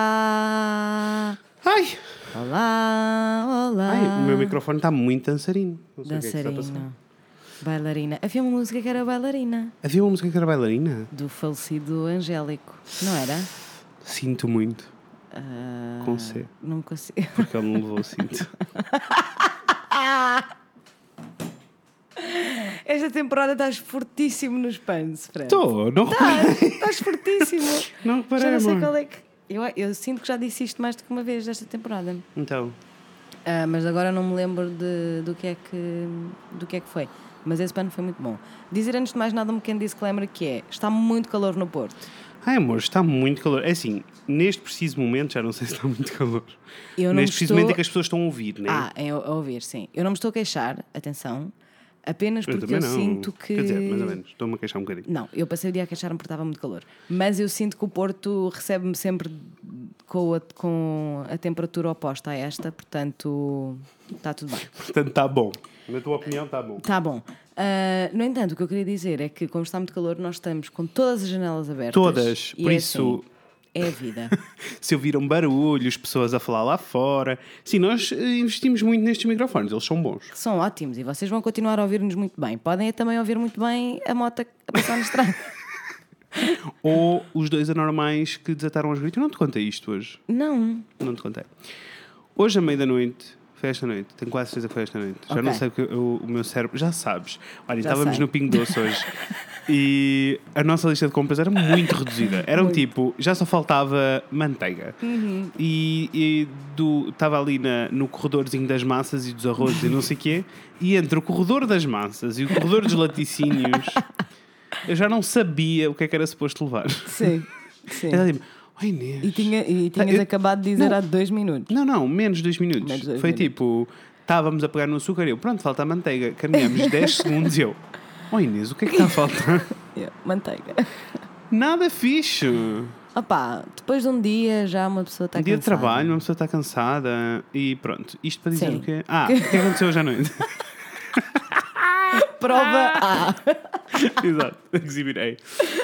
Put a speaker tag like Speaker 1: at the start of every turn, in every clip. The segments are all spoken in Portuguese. Speaker 1: Olá!
Speaker 2: Ai!
Speaker 1: Olá! Olá!
Speaker 2: Ai, o meu microfone está muito dançarino. Não sei o que é que está a passar.
Speaker 1: Dançarina. Bailarina. Havia uma música que era bailarina,
Speaker 2: Havia uma música que era bailarina?
Speaker 1: do falecido Angélico, não era?
Speaker 2: Sinto muito.
Speaker 1: Ah.
Speaker 2: Com C.
Speaker 1: Não consigo.
Speaker 2: Porque ele não levou o cinto.
Speaker 1: Esta temporada estás fortíssimo nos pans, Fred.
Speaker 2: Estou,
Speaker 1: Tá.
Speaker 2: não reparei.
Speaker 1: Estás, estás fortíssimo.
Speaker 2: Não
Speaker 1: já
Speaker 2: reparei,
Speaker 1: não sei
Speaker 2: amor.
Speaker 1: qual é que. Eu, eu sinto que já disse isto mais do que uma vez desta temporada.
Speaker 2: Então,
Speaker 1: Ah, mas agora não me lembro de, do, que é que, do que é que foi. Mas esse pano foi muito bom. Dizer antes de mais nada um pequeno disclaimer que é: está muito calor no Porto.
Speaker 2: ai amor, está muito calor. É assim, neste preciso momento já não sei se está muito calor.
Speaker 1: Eu não me
Speaker 2: neste preciso
Speaker 1: estou-
Speaker 2: momento é que as pessoas estão a ouvir, né?
Speaker 1: Ah, é a ouvir, sim. Eu não me estou a queixar, atenção, apenas
Speaker 2: eu
Speaker 1: porque
Speaker 2: também
Speaker 1: eu,
Speaker 2: não.
Speaker 1: sinto que.
Speaker 2: Quer dizer, mais ou menos, estou-me a queixar um bocadinho.
Speaker 1: Não, eu passei o dia a queixar-me porque estava muito calor. Mas eu sinto que o Porto recebe-me sempre com a, com a temperatura oposta a esta, portanto está tudo bem.
Speaker 2: Portanto, está bom. Na tua opinião, está bom.
Speaker 1: Está Tá bom. Ah, no entanto, o que eu queria dizer é que, como está muito calor, nós estamos com todas as janelas abertas.
Speaker 2: Todas,
Speaker 1: E
Speaker 2: por
Speaker 1: é
Speaker 2: isso-
Speaker 1: assim, é a vida.
Speaker 2: Se ouviram barulhos, pessoas a falar lá fora. Sim, nós eh, investimos muito nestes microfones, eles são bons.
Speaker 1: que são ótimos e vocês vão continuar a ouvir-nos muito bem. Podem é também ouvir muito bem a moto a passar na estrada.
Speaker 2: Ou os dois anormais que desataram os gritos. Eu não te contei isto hoje.
Speaker 1: Não.
Speaker 2: Não te contei. Hoje, à meia da noite, foi esta noite. Tenho quase certeza que foi esta noite. Já
Speaker 1: Ok.
Speaker 2: não sei o que o, o meu cérebro. Já sabes. Olha,
Speaker 1: Já
Speaker 2: estávamos
Speaker 1: sei.
Speaker 2: no Pingo Doce hoje. e a nossa lista de compras era muito reduzida. Era um tipo, já só faltava manteiga.
Speaker 1: Uhum.
Speaker 2: E, e do, estava ali na, no corredorzinho das massas e dos arrozes e não sei o quê. E entre o corredor das massas e o corredor dos laticínios, eu já não sabia o que é que era suposto levar.
Speaker 1: Sim. Sim.
Speaker 2: Era tipo, oh Inês.
Speaker 1: E, tinha, e tinhas
Speaker 2: Eu-
Speaker 1: acabado de dizer
Speaker 2: Não.
Speaker 1: há dois minutos.
Speaker 2: Não, não, menos dois minutos.
Speaker 1: Menos dois
Speaker 2: Foi
Speaker 1: minutos.
Speaker 2: tipo, estávamos a pegar no açúcar e eu, pronto, falta a manteiga. Caminhamos 10 segundos e eu, oh Inês, o que é que está a faltar?
Speaker 1: Yeah, manteiga.
Speaker 2: Nada fixe.
Speaker 1: Opa, depois de um dia já uma pessoa está
Speaker 2: um dia de
Speaker 1: Tá cansada.
Speaker 2: trabalho, uma pessoa está cansada e pronto. Isto para dizer
Speaker 1: Sim.
Speaker 2: o quê? Ah, o que aconteceu hoje à noite?
Speaker 1: Prova
Speaker 2: Ah!
Speaker 1: A.
Speaker 2: Exato, exibirei.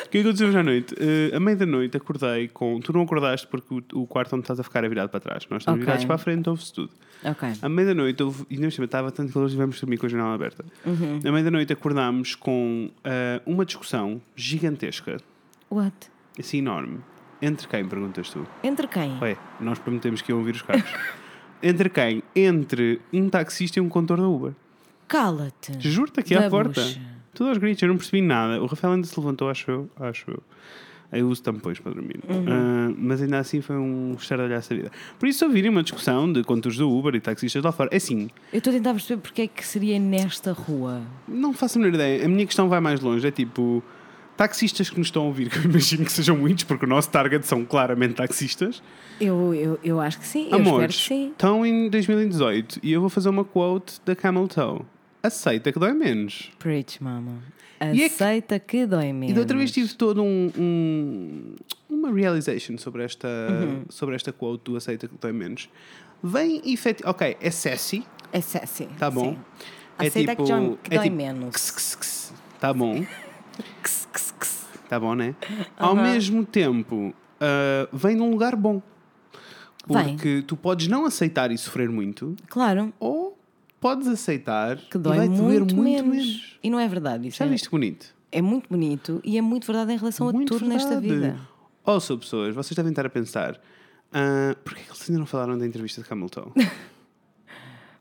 Speaker 2: O que aconteceu hoje à noite? Eh, à meia-noite acordei com. Tu não acordaste porque o, o quarto onde estás a ficar é virado para trás. Nós estamos
Speaker 1: Ok.
Speaker 2: virados para a frente, ouve-se tudo.
Speaker 1: Ok.
Speaker 2: À meia-noite, houve- e não sei, estava tanto calor, tivemos de dormir com a janela aberta. À meia-noite acordámos com ah, uma discussão gigantesca,
Speaker 1: What?
Speaker 2: assim enorme. Entre quem, perguntas tu?
Speaker 1: Entre quem?
Speaker 2: Ué, nós prometemos que iam ouvir os carros. entre quem? Entre um taxista e um condutor da Uber.
Speaker 1: Cala-te.
Speaker 2: Juro-te aqui à
Speaker 1: Da
Speaker 2: porta.
Speaker 1: bucha.
Speaker 2: Tudo aos gritos, eu não percebi nada. O Rafael ainda se levantou, acho eu. Acho eu. Eu uso tampões para dormir. Ah, mas ainda assim foi um estardalhaço da vida. Por isso, se ouvirem uma discussão de condutores do Uber e taxistas lá fora, é assim,
Speaker 1: Eu estou a tentar perceber porque é que seria nesta rua.
Speaker 2: Não faço a menor ideia. A minha questão vai mais longe. É tipo, taxistas que nos estão a ouvir, que eu imagino que sejam muitos, porque o nosso target são claramente taxistas.
Speaker 1: Eu, eu, eu acho que sim. Eu espero que
Speaker 2: Amores,
Speaker 1: sim.
Speaker 2: estão em 2018 e eu vou fazer uma quote da Camel Toe. Aceita que dói menos.
Speaker 1: Preach, mama.
Speaker 2: E é que-
Speaker 1: Aceita que... dói menos.
Speaker 2: E da outra vez tive todo um, um- uma realization sobre esta,
Speaker 1: Uhum.
Speaker 2: sobre esta quote do Aceita que dói menos. Vem efetivamente. Ok, é sassy,
Speaker 1: É sim.
Speaker 2: tá bom.
Speaker 1: sim.
Speaker 2: É
Speaker 1: Aceita que dói- que
Speaker 2: é
Speaker 1: dói
Speaker 2: tipo,
Speaker 1: menos.
Speaker 2: "Ks, ks, ks". Tá bom.
Speaker 1: Cus, cus, cus.
Speaker 2: Tá bom, né? Ao mesmo tempo, ah, vem num lugar bom.
Speaker 1: Vem.
Speaker 2: Porque tu podes não aceitar e sofrer muito,
Speaker 1: Claro.
Speaker 2: ou podes aceitar
Speaker 1: Que
Speaker 2: e
Speaker 1: dói
Speaker 2: vai-te doer
Speaker 1: muito,
Speaker 2: muito
Speaker 1: menos.
Speaker 2: menos.
Speaker 1: E não é verdade isso.
Speaker 2: Já
Speaker 1: É,
Speaker 2: viste que bonito?
Speaker 1: é muito bonito e é muito verdade em relação
Speaker 2: muito
Speaker 1: a tudo nesta
Speaker 2: verdade.
Speaker 1: vida.
Speaker 2: Ouçam, pessoas, vocês devem estar a pensar. ah, Porquê que eles ainda não falaram da entrevista de Hamilton?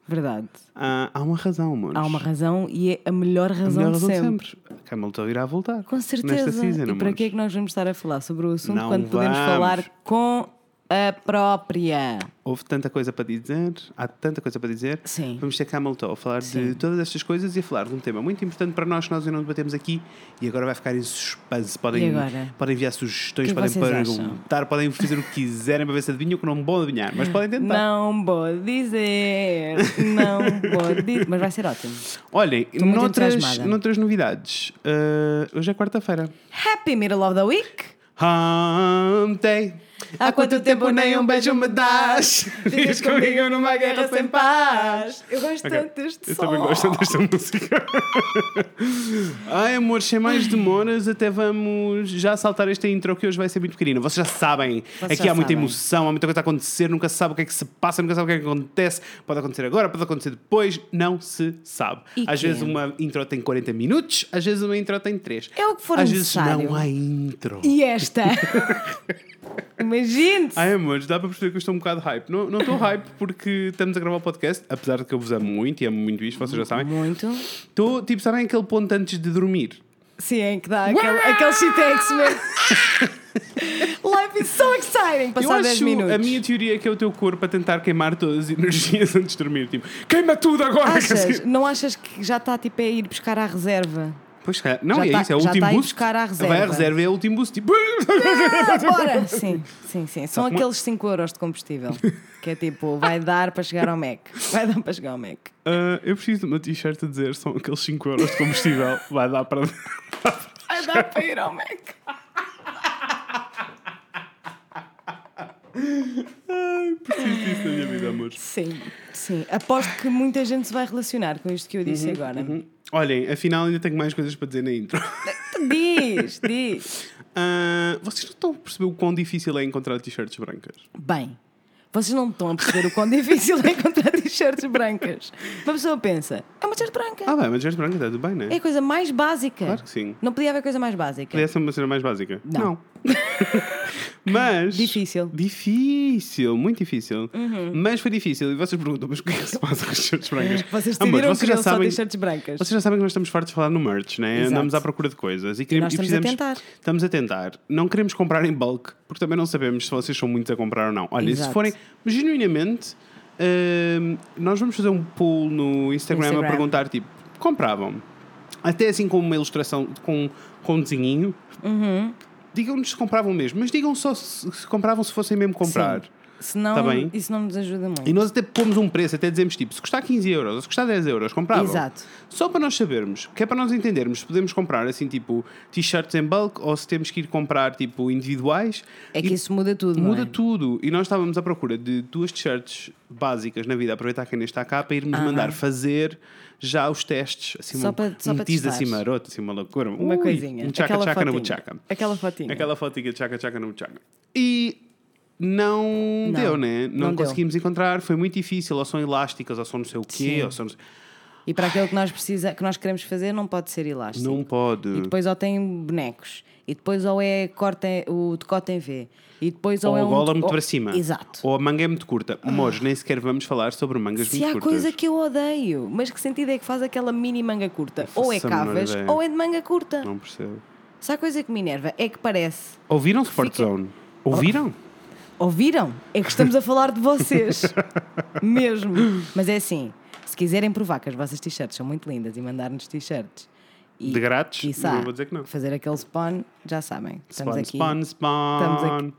Speaker 1: Verdade.
Speaker 2: Ah, há uma razão, amores.
Speaker 1: Há uma razão e é a melhor
Speaker 2: A
Speaker 1: razão,
Speaker 2: melhor
Speaker 1: de
Speaker 2: razão
Speaker 1: sempre.
Speaker 2: de sempre. Hamilton irá voltar.
Speaker 1: Com certeza.
Speaker 2: Nesta season,
Speaker 1: e para
Speaker 2: amores.
Speaker 1: que é que nós vamos estar a falar sobre o assunto
Speaker 2: Não
Speaker 1: quando podemos
Speaker 2: vamos.
Speaker 1: falar com a própria?
Speaker 2: Houve tanta coisa para dizer, há tanta coisa para dizer.
Speaker 1: Sim.
Speaker 2: Vamos ter Camel Toe a falar de todas estas coisas e a falar de um tema muito importante para nós que nós ainda não debatemos aqui e agora vai ficar em suspense. Podem,
Speaker 1: E agora?
Speaker 2: podem enviar sugestões,
Speaker 1: O que é
Speaker 2: podem
Speaker 1: que vocês
Speaker 2: perguntar, podem fazer o que quiserem para ver se adivinham que não vão adivinhar, mas podem tentar.
Speaker 1: Não vou dizer. Não vou dizer. Mas vai ser ótimo.
Speaker 2: Olhem,
Speaker 1: muito
Speaker 2: noutras,
Speaker 1: entusiasmada.
Speaker 2: noutras novidades, ah, hoje é quarta-feira.
Speaker 1: Happy Middle of the Week!
Speaker 2: Hump Day.
Speaker 1: Há quanto tempo nem um beijo me dás? Ficas comigo numa guerra sem paz. Eu gosto
Speaker 2: Ok.
Speaker 1: tanto deste
Speaker 2: Eu
Speaker 1: som.
Speaker 2: também gosto desta música. Ai, amor, sem mais demoras, até vamos já saltar esta intro que hoje vai ser muito pequenina. Vocês já sabem,
Speaker 1: Vocês
Speaker 2: aqui
Speaker 1: já
Speaker 2: há muita
Speaker 1: sabem.
Speaker 2: emoção, há muita coisa a acontecer, nunca se sabe o que é que se passa, nunca se sabe o que é que acontece. Pode acontecer agora, pode acontecer depois, não se sabe.
Speaker 1: E
Speaker 2: às
Speaker 1: quem?
Speaker 2: vezes uma intro tem 40 minutos, às vezes uma intro tem 3.
Speaker 1: É o que for
Speaker 2: Às vezes
Speaker 1: necessário.
Speaker 2: não há intro.
Speaker 1: E esta? Imagine-se.
Speaker 2: Ai, amores, dá para perceber que eu estou um bocado hype. Não não estou hype porque estamos a gravar o podcast, apesar de que eu vos amo muito e amo muito isto, vocês já
Speaker 1: tá
Speaker 2: sabem.
Speaker 1: Muito.
Speaker 2: Estou, tipo, sabem aquele ponto antes de dormir?
Speaker 1: Sim, é que dá aquele, aquele shitex mesmo. Life is so exciting. Passar 10 minutos.
Speaker 2: a minha teoria é que é o teu corpo a tentar queimar todas as energias antes de dormir. Tipo, queima tudo agora! que
Speaker 1: Achas?
Speaker 2: assim-
Speaker 1: Não achas que já está tipo a ir buscar à reserva?
Speaker 2: Pois cara, não,
Speaker 1: Já
Speaker 2: é
Speaker 1: tá-
Speaker 2: isso, é o
Speaker 1: já
Speaker 2: último
Speaker 1: tá a ir
Speaker 2: boost.
Speaker 1: buscar à reserva.
Speaker 2: Vai à reserva e é o último boost. Tipo,
Speaker 1: Ah, bora! Sim, sim, sim. São
Speaker 2: Tá com-
Speaker 1: aqueles 5 euros de combustível. Que é tipo, vai dar para chegar ao Mac. Vai dar para chegar ao Mac.
Speaker 2: "Ah, eu preciso de uma t-shirt a dizer, são aqueles 5 euros de combustível. Vai dar para.
Speaker 1: Vai dar para ir ao Mac.
Speaker 2: Preciso disso na minha vida, amores.
Speaker 1: Sim, sim. Aposto que muita gente se vai relacionar com isto que eu
Speaker 2: Uhum,
Speaker 1: disse agora.
Speaker 2: Olhem, afinal ainda tenho mais coisas para dizer na intro.
Speaker 1: Então Diz, diz.
Speaker 2: Ah, vocês não estão a perceber o quão difícil é encontrar t-shirts brancas?
Speaker 1: Bem, vocês não estão a perceber o quão difícil é encontrar t-shirts brancas. Uma pessoa pensa, é uma t-shirt branca.
Speaker 2: Ah, bem, mas t-shirts brancas está tudo bem, né?
Speaker 1: É a coisa mais básica.
Speaker 2: Claro que sim.
Speaker 1: Não podia haver coisa mais básica.
Speaker 2: Podia ser uma cena mais básica?
Speaker 1: Não.
Speaker 2: mas.
Speaker 1: Difícil. Uhum.
Speaker 2: Difícil, muito difícil. Mas foi difícil. E vocês perguntam, mas o que é que se passa com as t-shirts brancas?
Speaker 1: Vocês
Speaker 2: Amor,
Speaker 1: decidiram que
Speaker 2: vocês já
Speaker 1: queriam só
Speaker 2: sabem.
Speaker 1: t-shirts brancas.
Speaker 2: Vocês já sabem que nós estamos fartos de falar no merch, né?
Speaker 1: Exato.
Speaker 2: Andamos à procura de coisas. E, queremos,
Speaker 1: nós estamos a tentar.
Speaker 2: Estamos a tentar. Não queremos comprar em bulk, porque também não sabemos se vocês são muitos a comprar ou não. Olha, e se
Speaker 1: Exato.
Speaker 2: forem, genuinamente, hum, nós vamos fazer um poll no Instagram,
Speaker 1: Instagram.
Speaker 2: a perguntar, tipo, compravam? Até assim com uma ilustração, com, com um desenhinho.
Speaker 1: Uhum.
Speaker 2: Digam-nos se compravam mesmo, mas digam só se, se compravam se fossem mesmo comprar.
Speaker 1: Sim. Senão,
Speaker 2: Tá bem.
Speaker 1: isso não nos ajuda muito.
Speaker 2: E nós até pomos um preço, até dizemos tipo, se custar 15 euros ou se custar 10 euros, compravam.
Speaker 1: Exato.
Speaker 2: Só para nós sabermos, que é para nós entendermos se podemos comprar assim tipo t-shirts em bulk ou se temos que ir comprar tipo individuais.
Speaker 1: É que
Speaker 2: E
Speaker 1: isso muda tudo,
Speaker 2: muda
Speaker 1: não é?
Speaker 2: tudo. E nós estávamos à procura de duas t-shirts básicas na vida, aproveitar que ainda está cá para irmos mandar fazer já os testes, assim,
Speaker 1: Só
Speaker 2: um,
Speaker 1: para- só
Speaker 2: um
Speaker 1: para
Speaker 2: tease
Speaker 1: testar.
Speaker 2: assim maroto, assim uma loucura.
Speaker 1: Uma
Speaker 2: Ui,
Speaker 1: coisinha.
Speaker 2: Um tchaca
Speaker 1: Aquela
Speaker 2: tchaca na
Speaker 1: fotinha.
Speaker 2: buchaca.
Speaker 1: Aquela fotinha.
Speaker 2: Aquela fotinha tchaca tchaca no tchaca. E não, deu, né?
Speaker 1: não
Speaker 2: Não,
Speaker 1: deu.
Speaker 2: conseguimos encontrar, foi muito difícil. Ou são elásticas, ou são não sei o quê,
Speaker 1: Sim.
Speaker 2: ou são. não sei-
Speaker 1: E para aquilo que nós, precisa, que nós queremos fazer, não pode ser elástico.
Speaker 2: Não pode.
Speaker 1: E depois ou tem bonecos. E depois ou é corta, o decote em V. E depois ou,
Speaker 2: Ou
Speaker 1: é
Speaker 2: a
Speaker 1: um.
Speaker 2: gola
Speaker 1: de-
Speaker 2: muito
Speaker 1: ou-
Speaker 2: para cima.
Speaker 1: Exato. Ah.
Speaker 2: Ou a manga é muito curta. Amores, nem sequer vamos falar sobre mangas
Speaker 1: Se
Speaker 2: muito
Speaker 1: há
Speaker 2: curtas.
Speaker 1: coisa que eu odeio, mas que sentido é que faz aquela mini manga curta? Ou é
Speaker 2: faço a menor
Speaker 1: cavas,
Speaker 2: ideia.
Speaker 1: ou é de manga curta.
Speaker 2: Não percebo.
Speaker 1: Se há coisa que me enerva, é que parece.
Speaker 2: Ouviram Sport
Speaker 1: Fica- Oh,
Speaker 2: Zone? Ouviram?
Speaker 1: Ouviram? É que estamos a falar de vocês. Mesmo. Mas é assim: se quiserem provar que as vossas t-shirts são muito lindas e mandar-nos t-shirts. e-
Speaker 2: De grátis?
Speaker 1: quiçá,
Speaker 2: Não vou dizer que não.
Speaker 1: Fazer aquele spawn, já sabem. Estamos
Speaker 2: Spawn,
Speaker 1: aqui.
Speaker 2: spawn, spawn.
Speaker 1: Estamos aqui.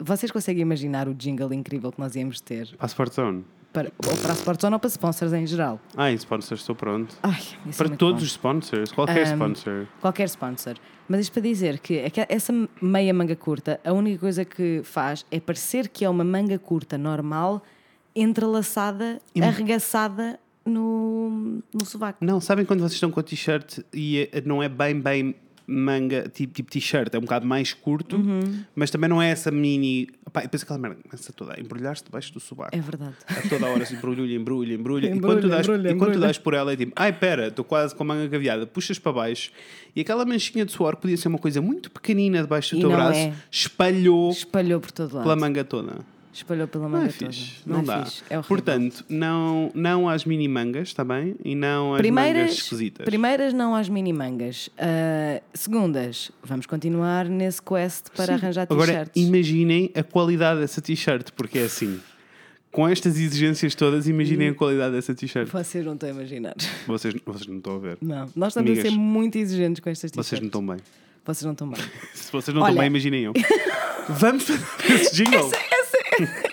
Speaker 1: Vocês conseguem imaginar o jingle incrível que nós íamos ter
Speaker 2: Para a Sport Zone.
Speaker 1: para, ou para a Sportzone ou para sponsors em geral?
Speaker 2: Ai, sponsors, estou pronto.
Speaker 1: Ai, isso é
Speaker 2: para
Speaker 1: muito
Speaker 2: todos
Speaker 1: bom.
Speaker 2: os sponsors, qualquer
Speaker 1: Ahm,
Speaker 2: sponsor.
Speaker 1: Qualquer sponsor. Mas isto para dizer que aqua- essa meia manga curta, a única coisa que faz é parecer que é uma manga curta normal, entrelaçada, arregaçada no, no sovaco.
Speaker 2: Não, sabem quando vocês estão com a t-shirt e eh, não é bem, bem manga, tipo tipo t-shirt, é um bocado mais curto,
Speaker 1: Uhum.
Speaker 2: mas também não é essa mini. Pá, eu penso aquela merda, começa toda a embrulhar-se debaixo do sobaco.
Speaker 1: É verdade.
Speaker 2: A toda hora se embrulha, embrulha, embrulha. e
Speaker 1: Embrulha,
Speaker 2: quando tu dás,
Speaker 1: embrulha,
Speaker 2: e quando tu
Speaker 1: embrulha.
Speaker 2: dás por ela é tipo, ai pera, estou quase com a manga caveada, puxas para baixo e aquela manchinha de suor que podia ser uma coisa muito pequenina debaixo do
Speaker 1: E
Speaker 2: teu
Speaker 1: não
Speaker 2: braço,
Speaker 1: é.
Speaker 2: espalhou
Speaker 1: Espalhou por todo lado.
Speaker 2: pela manga toda.
Speaker 1: Espalhou pela
Speaker 2: Não
Speaker 1: manga
Speaker 2: é
Speaker 1: toda.
Speaker 2: fixe, não, dá.
Speaker 1: É fixe. É horrível.
Speaker 2: Portanto, não, não às mini mangas, está bem? E não às mangas
Speaker 1: Primeiras,
Speaker 2: esquisitas.
Speaker 1: primeiras não às mini-mangas. Ah, segundas, vamos continuar nesse quest para arranjar
Speaker 2: Agora
Speaker 1: t-shirts.
Speaker 2: imaginem a qualidade dessa t-shirt, porque é assim. Com estas exigências todas, imaginem a qualidade dessa t-shirt.
Speaker 1: Vocês não estão a imaginar.
Speaker 2: Vocês, vocês não estão a ver.
Speaker 1: Não, nós estamos a
Speaker 2: Amigas.
Speaker 1: ser muito exigentes com estas t-shirts.
Speaker 2: Vocês não estão bem.
Speaker 1: Vocês não estão bem.
Speaker 2: Se vocês não
Speaker 1: Olha.
Speaker 2: estão bem, imaginem eu. Vamos fazer esse jingle.
Speaker 1: Essa, é essa,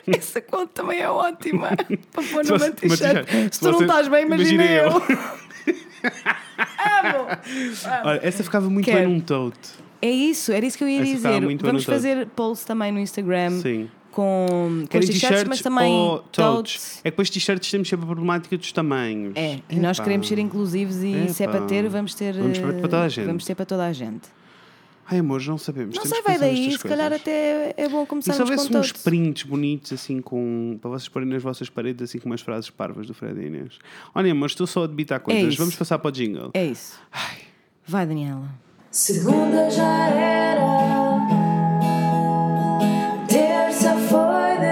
Speaker 1: essa conta também é ótima. Para pôr
Speaker 2: Se
Speaker 1: numa
Speaker 2: você- uma
Speaker 1: t-shirt.
Speaker 2: t-shirt.
Speaker 1: Se
Speaker 2: Se
Speaker 1: tu não
Speaker 2: você-
Speaker 1: estás bem, imagina
Speaker 2: imagina
Speaker 1: eu.
Speaker 2: eu.
Speaker 1: Amo!
Speaker 2: Olha, essa ficava muito
Speaker 1: Quero.
Speaker 2: bem num tote.
Speaker 1: É isso, era isso que eu ia
Speaker 2: Essa está
Speaker 1: dizer.
Speaker 2: muito
Speaker 1: Vamos
Speaker 2: anotada.
Speaker 1: fazer polls também no Instagram
Speaker 2: Sim.
Speaker 1: com, com
Speaker 2: Querem
Speaker 1: os t-shirts,
Speaker 2: t-shirts
Speaker 1: mas também
Speaker 2: ou
Speaker 1: totes.
Speaker 2: totes? É que depois t-shirts temos sempre a problemática dos tamanhos.
Speaker 1: É, e nós
Speaker 2: Epá.
Speaker 1: queremos ser inclusivos e se é
Speaker 2: Epá.
Speaker 1: para ter, vamos ter.
Speaker 2: Vamos ter para toda a
Speaker 1: eh,
Speaker 2: gente.
Speaker 1: Vamos ter para toda a gente.
Speaker 2: Ai, amores, não sabemos.
Speaker 1: Não
Speaker 2: temos
Speaker 1: sei,
Speaker 2: que
Speaker 1: vai
Speaker 2: pensar
Speaker 1: daí,
Speaker 2: nestas
Speaker 1: se calhar
Speaker 2: coisas.
Speaker 1: até é bom
Speaker 2: E se um
Speaker 1: começarmos com
Speaker 2: houvesse uns
Speaker 1: todos.
Speaker 2: prints bonitos, assim, com. para vocês porem nas vossas paredes, assim, com umas frases parvas do Fred e Inês. Olha, mas estou só a debitar coisas.
Speaker 1: É isso.
Speaker 2: Vamos passar para o jingle.
Speaker 1: É isso.
Speaker 2: Ai.
Speaker 1: Vai, Daniela.
Speaker 3: Segunda já era, terça foi de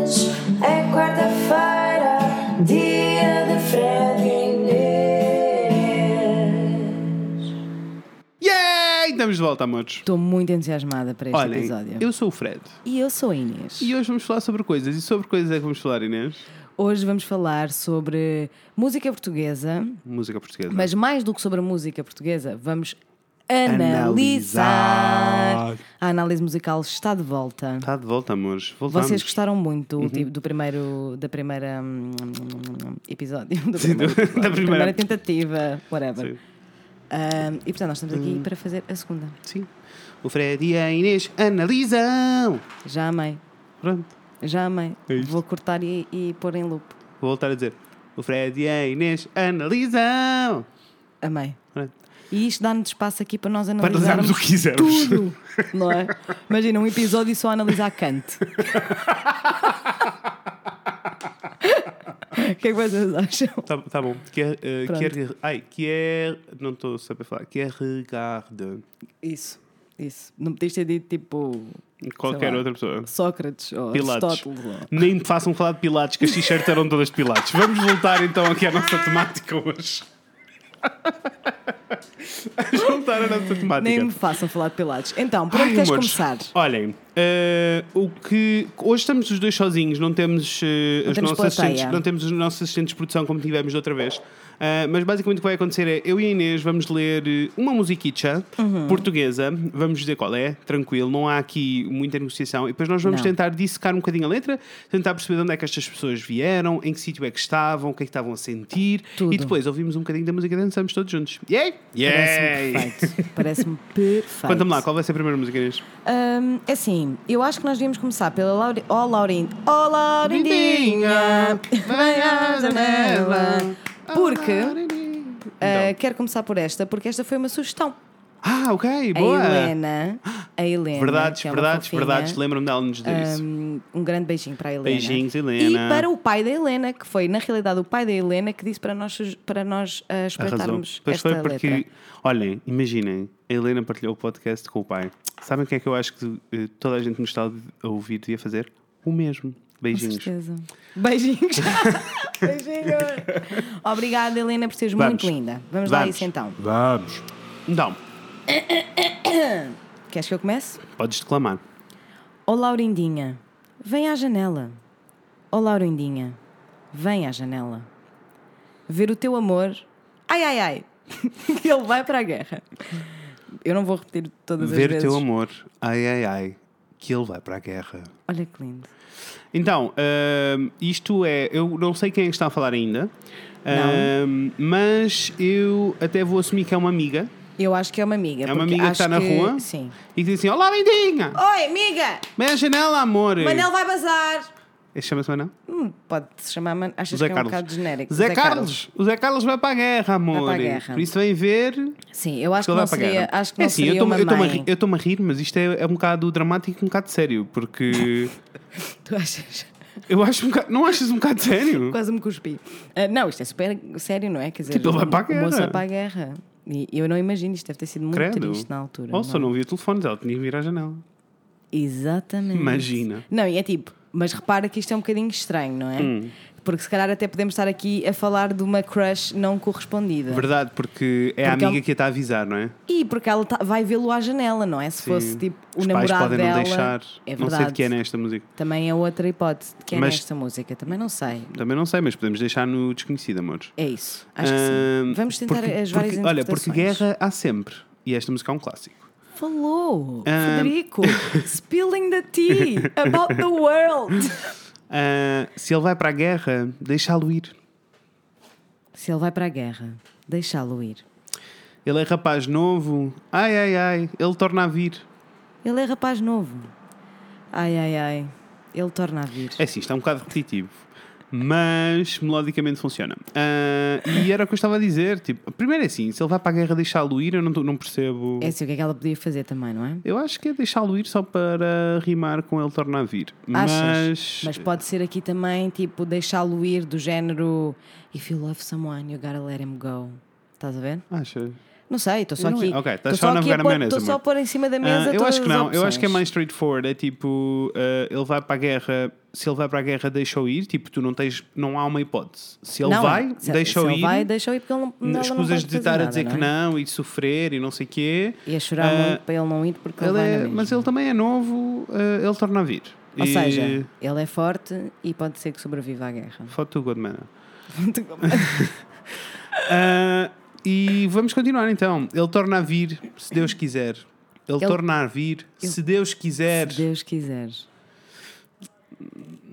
Speaker 3: vez, é quarta-feira, dia de Fred e Inês.
Speaker 2: Yay! Estamos de volta, amores.
Speaker 1: Estou muito entusiasmada para este
Speaker 2: Olhem,
Speaker 1: episódio.
Speaker 2: eu sou o Fred.
Speaker 1: E eu sou a Inês.
Speaker 2: E hoje vamos falar sobre coisas. E sobre coisas é que vamos falar, Inês?
Speaker 1: Hoje vamos falar sobre música portuguesa,
Speaker 2: Música portuguesa.
Speaker 1: mas mais do que sobre música portuguesa, vamos analisar.
Speaker 2: Analisar.
Speaker 1: A análise musical está de volta.
Speaker 2: Está de volta, amores. Voltamos.
Speaker 1: Vocês gostaram muito
Speaker 2: Uhum.
Speaker 1: do, ulti- do primeiro da primeira hum, hum, episódio, do
Speaker 2: Sim,
Speaker 1: primeiro
Speaker 2: do- da
Speaker 1: episódio, da
Speaker 2: primeira-
Speaker 1: primeira tentativa, whatever.
Speaker 2: Sim. Hum.
Speaker 1: Ah, e portanto, nós estamos aqui para fazer a segunda.
Speaker 2: Sim. O Fred e a Inês analisam.
Speaker 1: Já amei,
Speaker 2: Pronto.
Speaker 1: já amei.
Speaker 2: É isto.
Speaker 1: Vou cortar e, e pôr em loop.
Speaker 2: Vou voltar a dizer. O Fred e a Inês analisam.
Speaker 1: Amei.
Speaker 2: Pronto.
Speaker 1: E isto dá-nos espaço aqui para nós
Speaker 2: Para
Speaker 1: analisarmos
Speaker 2: analisarmos o que quisermos.
Speaker 1: tudo, não é? Imagina um episódio só a analisar Kant. O que é que vocês acham?
Speaker 2: Tá, tá bom. Que é, eh,
Speaker 1: Pronto.
Speaker 2: que é, ai, que é, não estou a saber falar. Que é regarde.
Speaker 1: Isso, isso. Não podias ter dito tipo Sei
Speaker 2: Qualquer
Speaker 1: lá.
Speaker 2: outra pessoa.
Speaker 1: Sócrates ou
Speaker 2: Pilates.
Speaker 1: Aristóteles. ou-
Speaker 2: Nem me façam falar de Pilates, que as t-shirts eram todas de Pilates. Vamos voltar então aqui à
Speaker 1: Ah.
Speaker 2: nossa temática hoje. Vamos voltar à nossa temática.
Speaker 1: Nem me façam falar de Pilates. Então, por onde
Speaker 2: Ai,
Speaker 1: queres
Speaker 2: amores.
Speaker 1: começar?
Speaker 2: Olhem, eh, o que. Hoje estamos os dois sozinhos, não temos, eh, os
Speaker 1: temos
Speaker 2: nossos
Speaker 1: plateia.
Speaker 2: assistentes, não temos os nossos assistentes de produção como tivemos da outra vez. Ah, mas basicamente o que vai acontecer é eu e a Inês vamos ler eh, uma musiquicha
Speaker 1: Uhum.
Speaker 2: portuguesa, vamos dizer qual é, tranquilo, não há aqui muita negociação. E depois nós vamos
Speaker 1: Não.
Speaker 2: tentar dissecar um bocadinho a letra, tentar perceber de onde é que estas pessoas vieram, em que sítio é que estavam, o que é que estavam a sentir.
Speaker 1: Tudo.
Speaker 2: E depois ouvimos um bocadinho da música e dançamos todos juntos. Yay!
Speaker 1: Parece-me
Speaker 2: Yay!
Speaker 1: perfeito. Parece-me perfeito.
Speaker 2: Conta-me lá, qual vai ser a primeira música, Inês?
Speaker 1: Hum, é assim, eu acho que nós devíamos começar pela Lauri... Oh, Laurin... Oh, Laurindinha, vem à janela. Porque eh, ah,
Speaker 2: Então.
Speaker 1: quero começar por esta, porque esta foi uma sugestão.
Speaker 2: Ah, ok,
Speaker 1: A
Speaker 2: boa.
Speaker 1: Helena, a Helena.
Speaker 2: Verdades,
Speaker 1: que é uma
Speaker 2: verdades,
Speaker 1: fofinha,
Speaker 2: verdades. Lembro-me dela nos dizer isso.
Speaker 1: hum, Um grande beijinho para a Helena.
Speaker 2: Beijinhos,
Speaker 1: E
Speaker 2: Helena.
Speaker 1: para o pai da Helena, que foi, na realidade, o pai da Helena que disse para nós, suge- para nós ah,
Speaker 2: Arrasou.
Speaker 1: espreitarmos
Speaker 2: Pois
Speaker 1: esta
Speaker 2: foi porque,
Speaker 1: letra.
Speaker 2: olhem, imaginem, a Helena partilhou o podcast com o pai. Sabem o que é que eu acho que eh, toda a gente nos está a ouvir e a fazer? O mesmo.
Speaker 1: Com
Speaker 2: Beijinhos.
Speaker 1: certeza. Beijinhos. Beijinhos. Obrigada, Helena, por seres
Speaker 2: Vamos.
Speaker 1: muito linda. Vamos, lá a
Speaker 2: Vamos.
Speaker 1: isso então.
Speaker 2: Vamos. Então,
Speaker 1: Queres que eu comece?
Speaker 2: podes declamar.
Speaker 1: Ó Laurindinha, vem à janela. Ó Laurindinha, vem à janela. Ver o teu amor. Ai, ai, ai. Ele vai para a guerra. Eu não vou repetir todas as
Speaker 2: Ver o
Speaker 1: vezes.
Speaker 2: teu amor. Ai, ai, ai. Que ele vai para a guerra.
Speaker 1: Olha que lindo.
Speaker 2: Então, ahm, isto é. Eu não sei quem é que está a falar ainda, ahm, mas eu até vou assumir que é uma amiga
Speaker 1: Eu acho que é uma amiga.
Speaker 2: É uma
Speaker 1: porque
Speaker 2: amiga que
Speaker 1: acho
Speaker 2: está na rua?
Speaker 1: Sim.
Speaker 2: e que diz assim: Olá, lindinha!
Speaker 1: Oi, amiga!
Speaker 2: Vem à janela, amor!
Speaker 1: Manel vai bazar!
Speaker 2: Esse Chama-se Manel?
Speaker 1: Hum, Pode-se chamar. Man... Achas que é um bocado genérico?
Speaker 2: Zé, Carlos. O Zé Carlos vai para a guerra, amor!
Speaker 1: para a guerra.
Speaker 2: Por isso vem ver.
Speaker 1: Sim, eu acho que
Speaker 2: que
Speaker 1: não
Speaker 2: ele vai para a
Speaker 1: seria.
Speaker 2: guerra.
Speaker 1: Acho que não
Speaker 2: é assim, eu
Speaker 1: seria
Speaker 2: estou-me-
Speaker 1: uma
Speaker 2: eu estou-me a
Speaker 1: mãe.
Speaker 2: ri- eu estou-me a rir, mas isto é, é um bocado dramático e um bocado sério, porque
Speaker 1: Tu achas?
Speaker 2: eu acho um bocado. Não achas um bocado sério?
Speaker 1: Quase me cuspi. Ah, não, isto é super sério, não é? Quer dizer,
Speaker 2: Tipo, ele vai para a
Speaker 1: o moço vai
Speaker 2: guerra.
Speaker 1: para a guerra. E eu não imagino, isto deve ter sido muito
Speaker 2: Credo.
Speaker 1: triste na altura. é?
Speaker 2: Ou só não via telefones, ela tinha que vir à janela.
Speaker 1: Exatamente.
Speaker 2: Imagina.
Speaker 1: Não, e é tipo, mas repara que isto é um bocadinho estranho, não é?
Speaker 2: Hum.
Speaker 1: Porque se calhar até podemos estar aqui a falar de uma crush não correspondida.
Speaker 2: É Verdade, porque é a
Speaker 1: Porque é um-
Speaker 2: amiga que a está a avisar, não é?
Speaker 1: E porque ela tá- vai vê-lo à janela, não é? Se
Speaker 2: Sim.
Speaker 1: fosse tipo o
Speaker 2: Os pais
Speaker 1: namorado
Speaker 2: podem
Speaker 1: dela.
Speaker 2: não deixar.
Speaker 1: É verdade.
Speaker 2: não sei de que é nesta música.
Speaker 1: Também é outra hipótese de que é
Speaker 2: Mas-
Speaker 1: nesta música. Também não sei.
Speaker 2: Também não sei, mas podemos deixar no desconhecido, amores.
Speaker 1: É isso. Acho que sim.
Speaker 2: Ahm,
Speaker 1: Vamos tentar
Speaker 2: porque-
Speaker 1: as várias
Speaker 2: porque, Olha, porque
Speaker 1: interpretações.
Speaker 2: guerra há sempre. E esta música é um clássico.
Speaker 1: Falou,
Speaker 2: Ah.
Speaker 1: Federico, spilling the tea about the world.
Speaker 2: Ah, se ele vai para a guerra, deixá-lo ir.
Speaker 1: Se ele vai para a guerra, deixá-lo ir.
Speaker 2: Ele é rapaz novo. Ai, ai, ai. Ele torna a vir.
Speaker 1: Ele é rapaz novo. Ai, ai, ai. Ele torna a vir.
Speaker 2: É sim, está um bocado repetitivo. Mas melodicamente funciona. Ah, e era o que eu estava a dizer. Tipo, primeiro é assim: se ele vai para a guerra deixá-lo ir, eu não, tô- não percebo.
Speaker 1: É assim, o que é que ela podia fazer também, não é?
Speaker 2: Eu acho que é deixá-lo ir só para rimar com ele torna a vir.
Speaker 1: Achas?
Speaker 2: Mas.
Speaker 1: Mas pode ser aqui também, tipo, deixá-lo ir do género If you love someone, you gotta let him go. Estás a ver?
Speaker 2: Achas?
Speaker 1: Não sei, estou só
Speaker 2: Eu não- é-
Speaker 1: aqui.
Speaker 2: Ok, estás
Speaker 1: estou
Speaker 2: só a
Speaker 1: aqui
Speaker 2: navegar na
Speaker 1: pôr-
Speaker 2: maionese,
Speaker 1: Estou só a
Speaker 2: amor.
Speaker 1: pôr em cima da mesa.
Speaker 2: Ah, eu
Speaker 1: todas
Speaker 2: acho que
Speaker 1: as
Speaker 2: não, eu acho que é
Speaker 1: opções.
Speaker 2: mais straightforward. É tipo, ah, ele vai para a guerra, se ele vai para a guerra, deixa-o ir. Tipo, tu não tens, não há uma hipótese. Se ele
Speaker 1: Não,
Speaker 2: vai,
Speaker 1: se-
Speaker 2: deixa-o
Speaker 1: se
Speaker 2: ir.
Speaker 1: ele vai, deixa-o ir porque ele não, ela não
Speaker 2: Escusas
Speaker 1: pode
Speaker 2: de
Speaker 1: fazer
Speaker 2: estar a
Speaker 1: nada,
Speaker 2: dizer
Speaker 1: não
Speaker 2: que
Speaker 1: é?
Speaker 2: não e de sofrer e não sei o quê.
Speaker 1: E a chorar
Speaker 2: Ah,
Speaker 1: muito para ele não ir porque ele,
Speaker 2: Ele
Speaker 1: vai
Speaker 2: é-
Speaker 1: na mesma.
Speaker 2: mas ele também é novo, eh, ele torna a vir.
Speaker 1: Ou
Speaker 2: E-
Speaker 1: seja, ele é forte e pode ser que sobreviva à guerra.
Speaker 2: Foto do Godman. Ah, e vamos continuar então. Ele torna a vir, se Deus quiser. Ele,
Speaker 1: Ele-
Speaker 2: torna a vir, se Deus quiser.
Speaker 1: Se Deus quiser.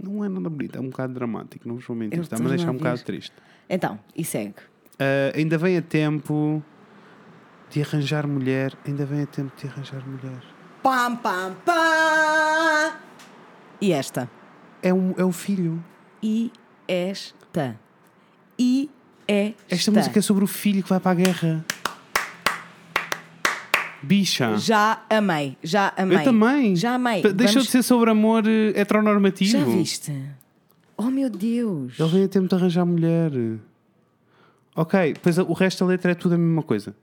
Speaker 2: Não é nada bonito, é um bocado dramático, não vos vou mentir.
Speaker 1: Ele
Speaker 2: Está-me a
Speaker 1: torna
Speaker 2: deixar
Speaker 1: a
Speaker 2: um bocado
Speaker 1: vir.
Speaker 2: triste.
Speaker 1: Então, e segue.
Speaker 2: Ah, ainda vem a tempo de arranjar mulher. Ainda vem a tempo de arranjar mulher.
Speaker 1: Pam, pam, pam! E esta?
Speaker 2: É, um, é o filho.
Speaker 1: E esta? E esta?
Speaker 2: Esta música é sobre o filho que vai para a guerra. Bicha.
Speaker 1: Já amei, já amei.
Speaker 2: Eu também.
Speaker 1: Já amei.
Speaker 2: Pa- Deixou
Speaker 1: Vamos-
Speaker 2: de ser sobre amor eh, heteronormativo.
Speaker 1: Já viste? Oh meu Deus!
Speaker 2: Ele veio a tempo de arranjar mulher. Ok, pois o resto da letra é tudo a mesma coisa.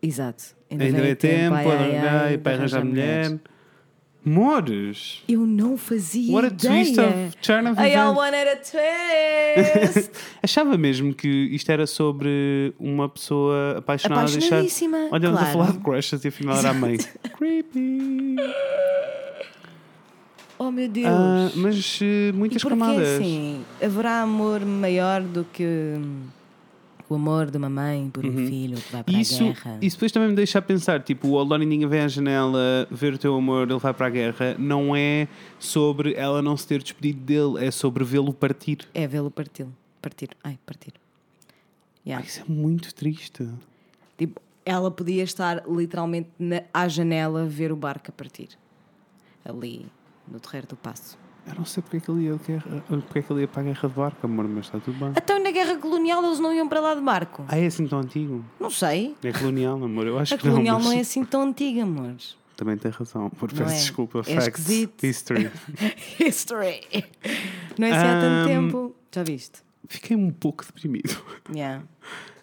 Speaker 1: Exato.
Speaker 2: Ainda
Speaker 1: vem
Speaker 2: é
Speaker 1: a
Speaker 2: tempo,
Speaker 1: ai,
Speaker 2: para
Speaker 1: ai, ai,
Speaker 2: arranjar,
Speaker 1: de
Speaker 2: para arranjar
Speaker 1: mulheres.
Speaker 2: mulher. Mores!
Speaker 1: Eu não fazia
Speaker 2: What a
Speaker 1: ideia.
Speaker 2: twist of turn of
Speaker 1: I all
Speaker 2: events.
Speaker 1: wanted a twist.
Speaker 2: Achava mesmo que isto era sobre uma pessoa apaixonada. a deixar-
Speaker 1: Apaixonadíssima,
Speaker 2: Olha, estamos a
Speaker 1: claro.
Speaker 2: falar de crushes e afinal era a mãe. Creepy!
Speaker 1: oh meu Deus.
Speaker 2: Ah, mas eh,
Speaker 1: e
Speaker 2: muitas
Speaker 1: porque
Speaker 2: camadas.
Speaker 1: assim, haverá amor maior do que hum, o amor de uma mãe por um filho que vai para
Speaker 2: E Uhum. isso,
Speaker 1: a guerra.
Speaker 2: isso depois também me deixa a pensar, tipo, o Olona Ninguém vem à janela ver o teu amor, ele vai para a guerra, não é sobre ela não se ter despedido dele, é sobre vê-lo partir.
Speaker 1: É vê-lo partir. Partir. Ai, partir. Yeah.
Speaker 2: Ai, isso é muito triste.
Speaker 1: Tipo, ela podia estar literalmente na- à janela a ver o barco a partir. Ali, no terreiro do passo.
Speaker 2: Eu não sei porque é que ele ia, de guerra- porque é que ele ia para a guerra de barco, amor, mas está tudo bem.
Speaker 1: Então na guerra colonial eles não iam para lá de barco.
Speaker 2: Ah, é assim tão antigo?
Speaker 1: Não sei.
Speaker 2: É colonial, amor, eu acho
Speaker 1: A
Speaker 2: que não,
Speaker 1: colonial
Speaker 2: mas
Speaker 1: não é assim tão antiga, amores.
Speaker 2: também tem razão, amor,
Speaker 1: Não
Speaker 2: peço
Speaker 1: é?
Speaker 2: desculpa,
Speaker 1: É
Speaker 2: facts,
Speaker 1: esquisito.
Speaker 2: history.
Speaker 1: History. Não é assim há tanto
Speaker 2: Ahm.
Speaker 1: tempo. Já viste?
Speaker 2: Fiquei um pouco deprimido.
Speaker 1: Yeah.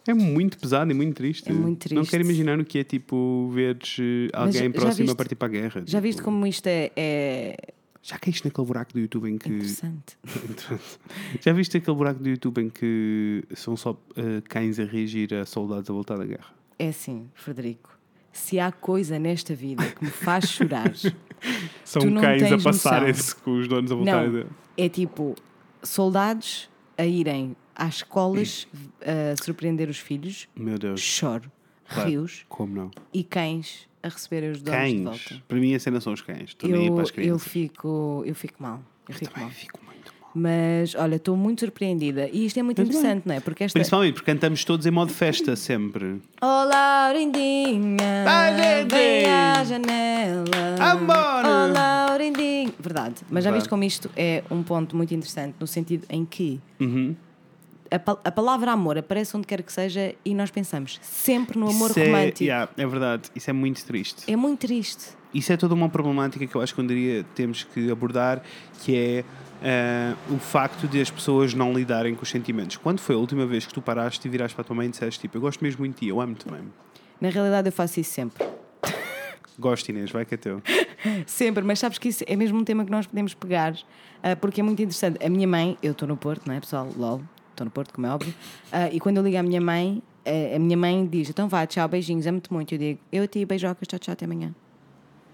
Speaker 2: É muito pesado e muito triste.
Speaker 1: É muito
Speaker 2: Não
Speaker 1: triste.
Speaker 2: quero imaginar o que é tipo veres eh,
Speaker 1: Mas
Speaker 2: alguém
Speaker 1: já
Speaker 2: próximo a
Speaker 1: viste-
Speaker 2: partir para a guerra.
Speaker 1: Já
Speaker 2: tipo,
Speaker 1: viste como isto é, é
Speaker 2: Já caíste naquele buraco do YouTube em que.
Speaker 1: interessante?
Speaker 2: já viste aquele buraco do YouTube em que são só eh, cães a reagir a soldados a voltar da guerra?
Speaker 1: É assim, Frederico. Se há coisa nesta vida que me faz chorar,
Speaker 2: São
Speaker 1: Tu não
Speaker 2: cães a
Speaker 1: tens
Speaker 2: passarem-se com os donos a voltarem
Speaker 1: não,
Speaker 2: da-
Speaker 1: é tipo soldados a irem às escolas a surpreender os filhos,
Speaker 2: Meu Deus.
Speaker 1: choro,
Speaker 2: claro.
Speaker 1: rios
Speaker 2: Como não?
Speaker 1: e cães a receberem os donos de
Speaker 2: Cães.
Speaker 1: volta.
Speaker 2: Para mim a cena são os cães. Estou nem aí
Speaker 1: Eu,
Speaker 2: para as
Speaker 1: eu,
Speaker 2: crianças.
Speaker 1: fico, eu fico mal. Eu
Speaker 2: Eu
Speaker 1: fico
Speaker 2: também
Speaker 1: mal.
Speaker 2: fico muito mal.
Speaker 1: Mas olha, estou muito surpreendida. E isto é muito
Speaker 2: Mas bem.
Speaker 1: interessante, não é? Porque esta.
Speaker 2: Principalmente porque cantamos todos em modo festa sempre.
Speaker 1: Olá, Laurindinha.
Speaker 2: Vai, Tá, gente!
Speaker 1: Vem à janela.
Speaker 2: Amor!
Speaker 1: Olá, Laurindinha. Verdade. Mas já
Speaker 2: Verdade.
Speaker 1: viste como isto é um ponto muito interessante, no sentido em que
Speaker 2: Uhum.
Speaker 1: a, pa- a palavra amor aparece onde quer que seja e nós pensamos sempre no Um amor
Speaker 2: Isso é-
Speaker 1: romântico.
Speaker 2: yeah, é verdade. Isso é muito triste.
Speaker 1: É muito triste.
Speaker 2: Isso é toda uma problemática que eu acho que um dia temos que abordar, que é ah, o facto de as pessoas não lidarem com os sentimentos. Quando foi a última vez que tu paraste e viraste para a tua mãe e disseste tipo, eu gosto mesmo muito de ti, eu amo-te mesmo.
Speaker 1: Na realidade, eu faço isso sempre.
Speaker 2: Gosto, Inês, vai que é teu.
Speaker 1: Sempre, mas sabes que isso é mesmo um tema que nós podemos pegar, ah, porque é muito interessante. A minha mãe, eu estou no Porto, não é pessoal? LOL, estou no Porto, como é óbvio. Ah, e quando eu ligo à minha mãe, ah, a minha mãe diz: então vá, tchau, beijinhos, amo-te muito. Eu digo: eu a ti, beijocas, tchau, tchau, até amanhã.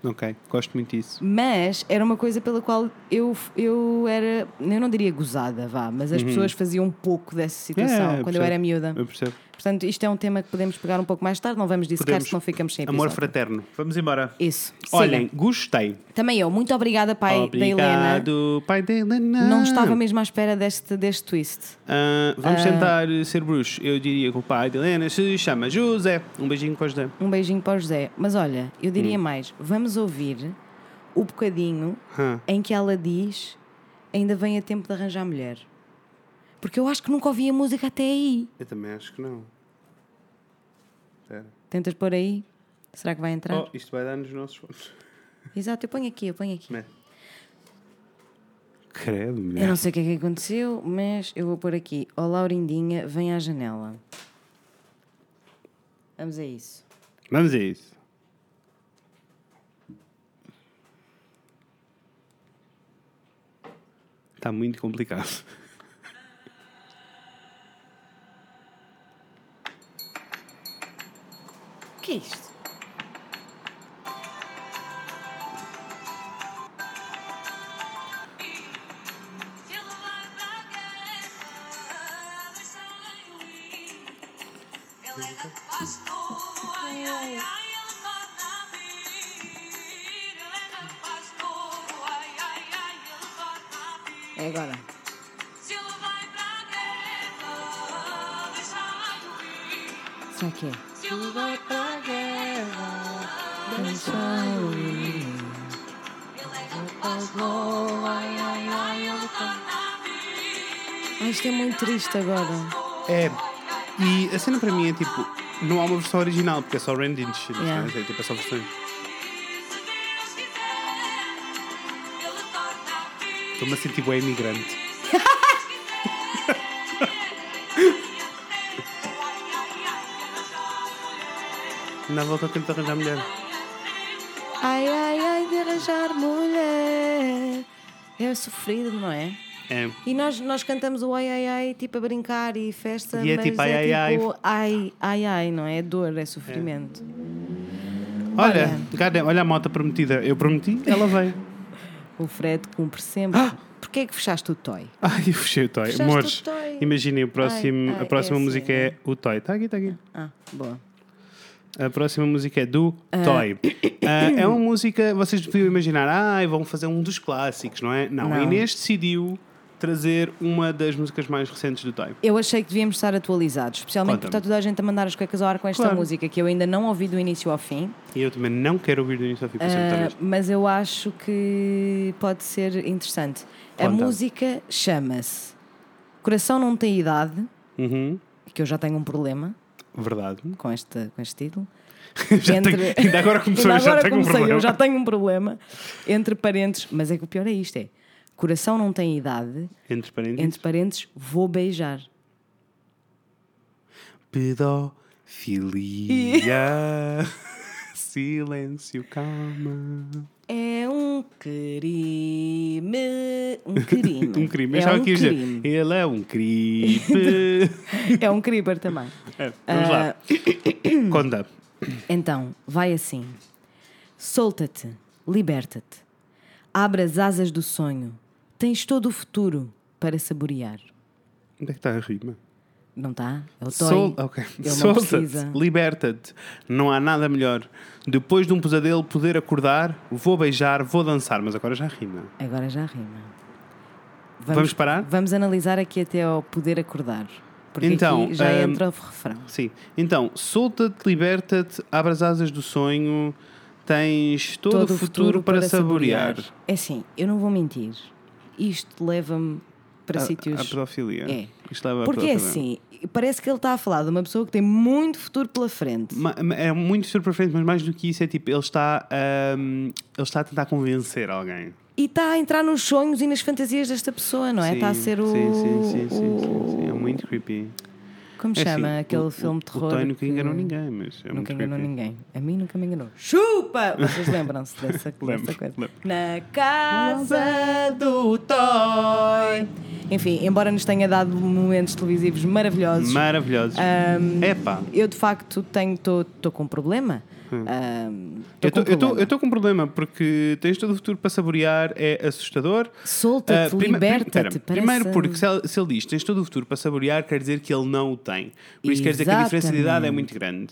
Speaker 2: Ok, gosto muito disso.
Speaker 1: Mas era uma coisa pela qual eu, eu era, eu não diria gozada, vá, mas as pessoas faziam um pouco dessa situação
Speaker 2: Uhum. É, eu
Speaker 1: quando eu era
Speaker 2: percebo.
Speaker 1: miúda.
Speaker 2: Eu percebo.
Speaker 1: Portanto, isto é um tema que podemos pegar um pouco mais tarde, não vamos dissecar
Speaker 2: Podemos.
Speaker 1: se não ficamos sem
Speaker 2: Amor
Speaker 1: episódio.
Speaker 2: fraterno.
Speaker 4: Vamos embora.
Speaker 1: Isso. Siga.
Speaker 2: Olhem, gostei.
Speaker 1: Também eu, muito obrigada, pai da Helena.
Speaker 2: Obrigado, pai da Helena.
Speaker 1: Não estava mesmo à espera deste, deste twist.
Speaker 2: Ah, vamos tentar ser bruxo. Eu diria que o pai da Helena se chama José. Um beijinho para o José.
Speaker 1: Um beijinho para o José. Mas olha, eu diria mais: vamos ouvir o bocadinho
Speaker 2: Hã.
Speaker 1: em que ela diz ainda vem a tempo de arranjar mulher. Porque eu acho que nunca ouvi a música até aí.
Speaker 2: Eu também acho que não. Espera.
Speaker 1: Tentas pôr aí? Será que vai entrar?
Speaker 2: Oh, isto vai dar nos nossos fones.
Speaker 1: Exato, eu ponho aqui, eu ponho aqui.
Speaker 2: Né? Credo,
Speaker 1: Eu
Speaker 2: mulher.
Speaker 1: não sei o que é que aconteceu, mas eu vou pôr aqui. Ó Laurindinha, vem à janela. Vamos a isso.
Speaker 2: Vamos a isso. Está Tá muito complicado.
Speaker 1: O que é isto? É agora. Será que é? Ah, isto é muito triste agora.
Speaker 2: É. E a cena para mim é tipo. Não há uma versão original, porque é só rendings.
Speaker 1: Yeah.
Speaker 2: É tipo, é só versões. Estou-me a sentir bem imigrante. Na volta ao tempo de arranjar mulher.
Speaker 1: Ai, ai, ai, de arranjar mulher. É sofrido, não é?
Speaker 2: É.
Speaker 1: E nós, nós cantamos o ai, ai, ai, tipo a brincar e festa.
Speaker 2: E é
Speaker 1: mas
Speaker 2: tipo, ai,
Speaker 1: é
Speaker 2: ai,
Speaker 1: tipo, ai, ai, ai, não é? É dor, é sofrimento.
Speaker 2: Olha,
Speaker 1: Olha.
Speaker 2: goddamn, olha a moto prometida. Eu prometi, ela veio.
Speaker 1: O Fred cumpre sempre.
Speaker 2: Ah!
Speaker 1: Porquê é que fechaste o toy?
Speaker 2: Ai, eu fechei o toy.
Speaker 1: Fechaste
Speaker 2: Amores,
Speaker 1: o toy.
Speaker 2: imaginem, o próximo-
Speaker 1: Ai, ai,
Speaker 2: a próxima
Speaker 1: essa
Speaker 2: música
Speaker 1: é.
Speaker 2: é o toy. Está aqui, está aqui.
Speaker 1: Ah, boa.
Speaker 2: A próxima música é do Toy. Ah, é uma música, vocês podiam imaginar, ah, vão fazer um dos clássicos, não é? Não,
Speaker 1: Não.
Speaker 2: a Inês decidiu trazer uma das músicas mais recentes do Toy.
Speaker 1: Eu achei que devíamos estar atualizados, especialmente
Speaker 2: Conta-me.
Speaker 1: porque está toda a gente a mandar as cuecas ao ar com esta
Speaker 2: Claro.
Speaker 1: música que eu ainda não ouvi do início ao fim,
Speaker 2: E eu também não quero ouvir do início ao fim, para ser muito
Speaker 1: ah,
Speaker 2: honesto.
Speaker 1: mas eu acho que pode ser interessante. A
Speaker 2: Conta.
Speaker 1: música chama-se Coração Não Tem Idade,
Speaker 2: Uhum,
Speaker 1: que eu já tenho um problema
Speaker 2: verdade.
Speaker 1: com este, com este título.
Speaker 2: Já
Speaker 1: Entre-
Speaker 2: tenho- ainda agora começou,
Speaker 1: Ainda
Speaker 2: eu já
Speaker 1: agora
Speaker 2: tenho um
Speaker 1: comecei,
Speaker 2: problema.
Speaker 1: Eu já tenho um problema. Entre parentes, mas é que o pior é isto: é coração não tem idade,
Speaker 2: Entre parênteses.
Speaker 1: entre parentes, vou beijar.
Speaker 2: Pedofilia. Silêncio, calma.
Speaker 1: É um crime. Um crime.
Speaker 2: Um crime. Eu
Speaker 1: É
Speaker 2: estava
Speaker 1: um
Speaker 2: aqui a dizer,
Speaker 1: crime.
Speaker 2: ele é um creep.
Speaker 1: É um creeper também.
Speaker 2: É, vamos
Speaker 1: Ah.
Speaker 2: lá. Conta.
Speaker 1: Então, vai assim. Solta-te, liberta-te. Abre as asas do sonho. Tens todo o futuro para saborear.
Speaker 2: Onde é que está a rima?
Speaker 1: Não está? É o toy.
Speaker 2: Sol- ok.
Speaker 1: Ele não
Speaker 2: Solta-te,
Speaker 1: precisa.
Speaker 2: liberta-te. Não há nada melhor. Depois de um pesadelo poder acordar, vou beijar, vou dançar. Mas agora já é? rima.
Speaker 1: Agora já rima.
Speaker 2: Vamos parar?
Speaker 1: Vamos analisar aqui até ao poder acordar. Porque
Speaker 2: Então,
Speaker 1: aqui já
Speaker 2: ahm,
Speaker 1: entra o refrão.
Speaker 2: Sim. Então, solta-te, liberta-te, abre as asas do sonho, tens todo, o futuro, para, saborear.
Speaker 1: É assim, eu não vou mentir. Isto leva-me para
Speaker 2: Ah,
Speaker 1: sítios.
Speaker 2: A pedofilia.
Speaker 1: É.
Speaker 2: Isto leva à
Speaker 1: Porque é
Speaker 2: pedofilia.
Speaker 1: assim, parece que ele está a falar de uma pessoa que tem muito futuro pela frente.
Speaker 2: Ma- ma- É muito surpreendente, mas mais do que isso é tipo, ele está, ahm, ele está a tentar convencer alguém.
Speaker 1: E está a entrar nos sonhos e nas fantasias desta pessoa, não é?
Speaker 2: Sim,
Speaker 1: Está a ser o.
Speaker 2: Sim, sim, sim, sim,
Speaker 1: o-
Speaker 2: sim, sim. É muito creepy.
Speaker 1: Como
Speaker 2: É
Speaker 1: chama
Speaker 2: assim,
Speaker 1: aquele
Speaker 2: o-
Speaker 1: filme de
Speaker 2: o-
Speaker 1: terror?
Speaker 2: O Toy nunca
Speaker 1: que
Speaker 2: enganou ninguém, mas é muito
Speaker 1: Nunca enganou
Speaker 2: creepy.
Speaker 1: ninguém. A mim nunca me enganou. Chupa! Vocês lembram-se dessa, dessa
Speaker 2: Lembro,
Speaker 1: coisa?
Speaker 2: lembro.
Speaker 1: Na casa do Toy. Enfim, embora nos tenha dado momentos televisivos maravilhosos,
Speaker 2: Maravilhosos. Epá,
Speaker 1: eu de facto tenho estou com um problema. Ahm, tô com problema.
Speaker 2: Hum. Eu estou com um problema, porque tens todo o futuro para saborear, é assustador. Ah,
Speaker 1: Solta-te,
Speaker 2: prima- prim-
Speaker 1: liberta-te.
Speaker 2: pera, Primeiro,
Speaker 1: parece- um-
Speaker 2: porque se ele, se ele diz tens todo o futuro para saborear, quer dizer que ele não o tem. Por isso quer dizer que a diferença de idade é muito grande.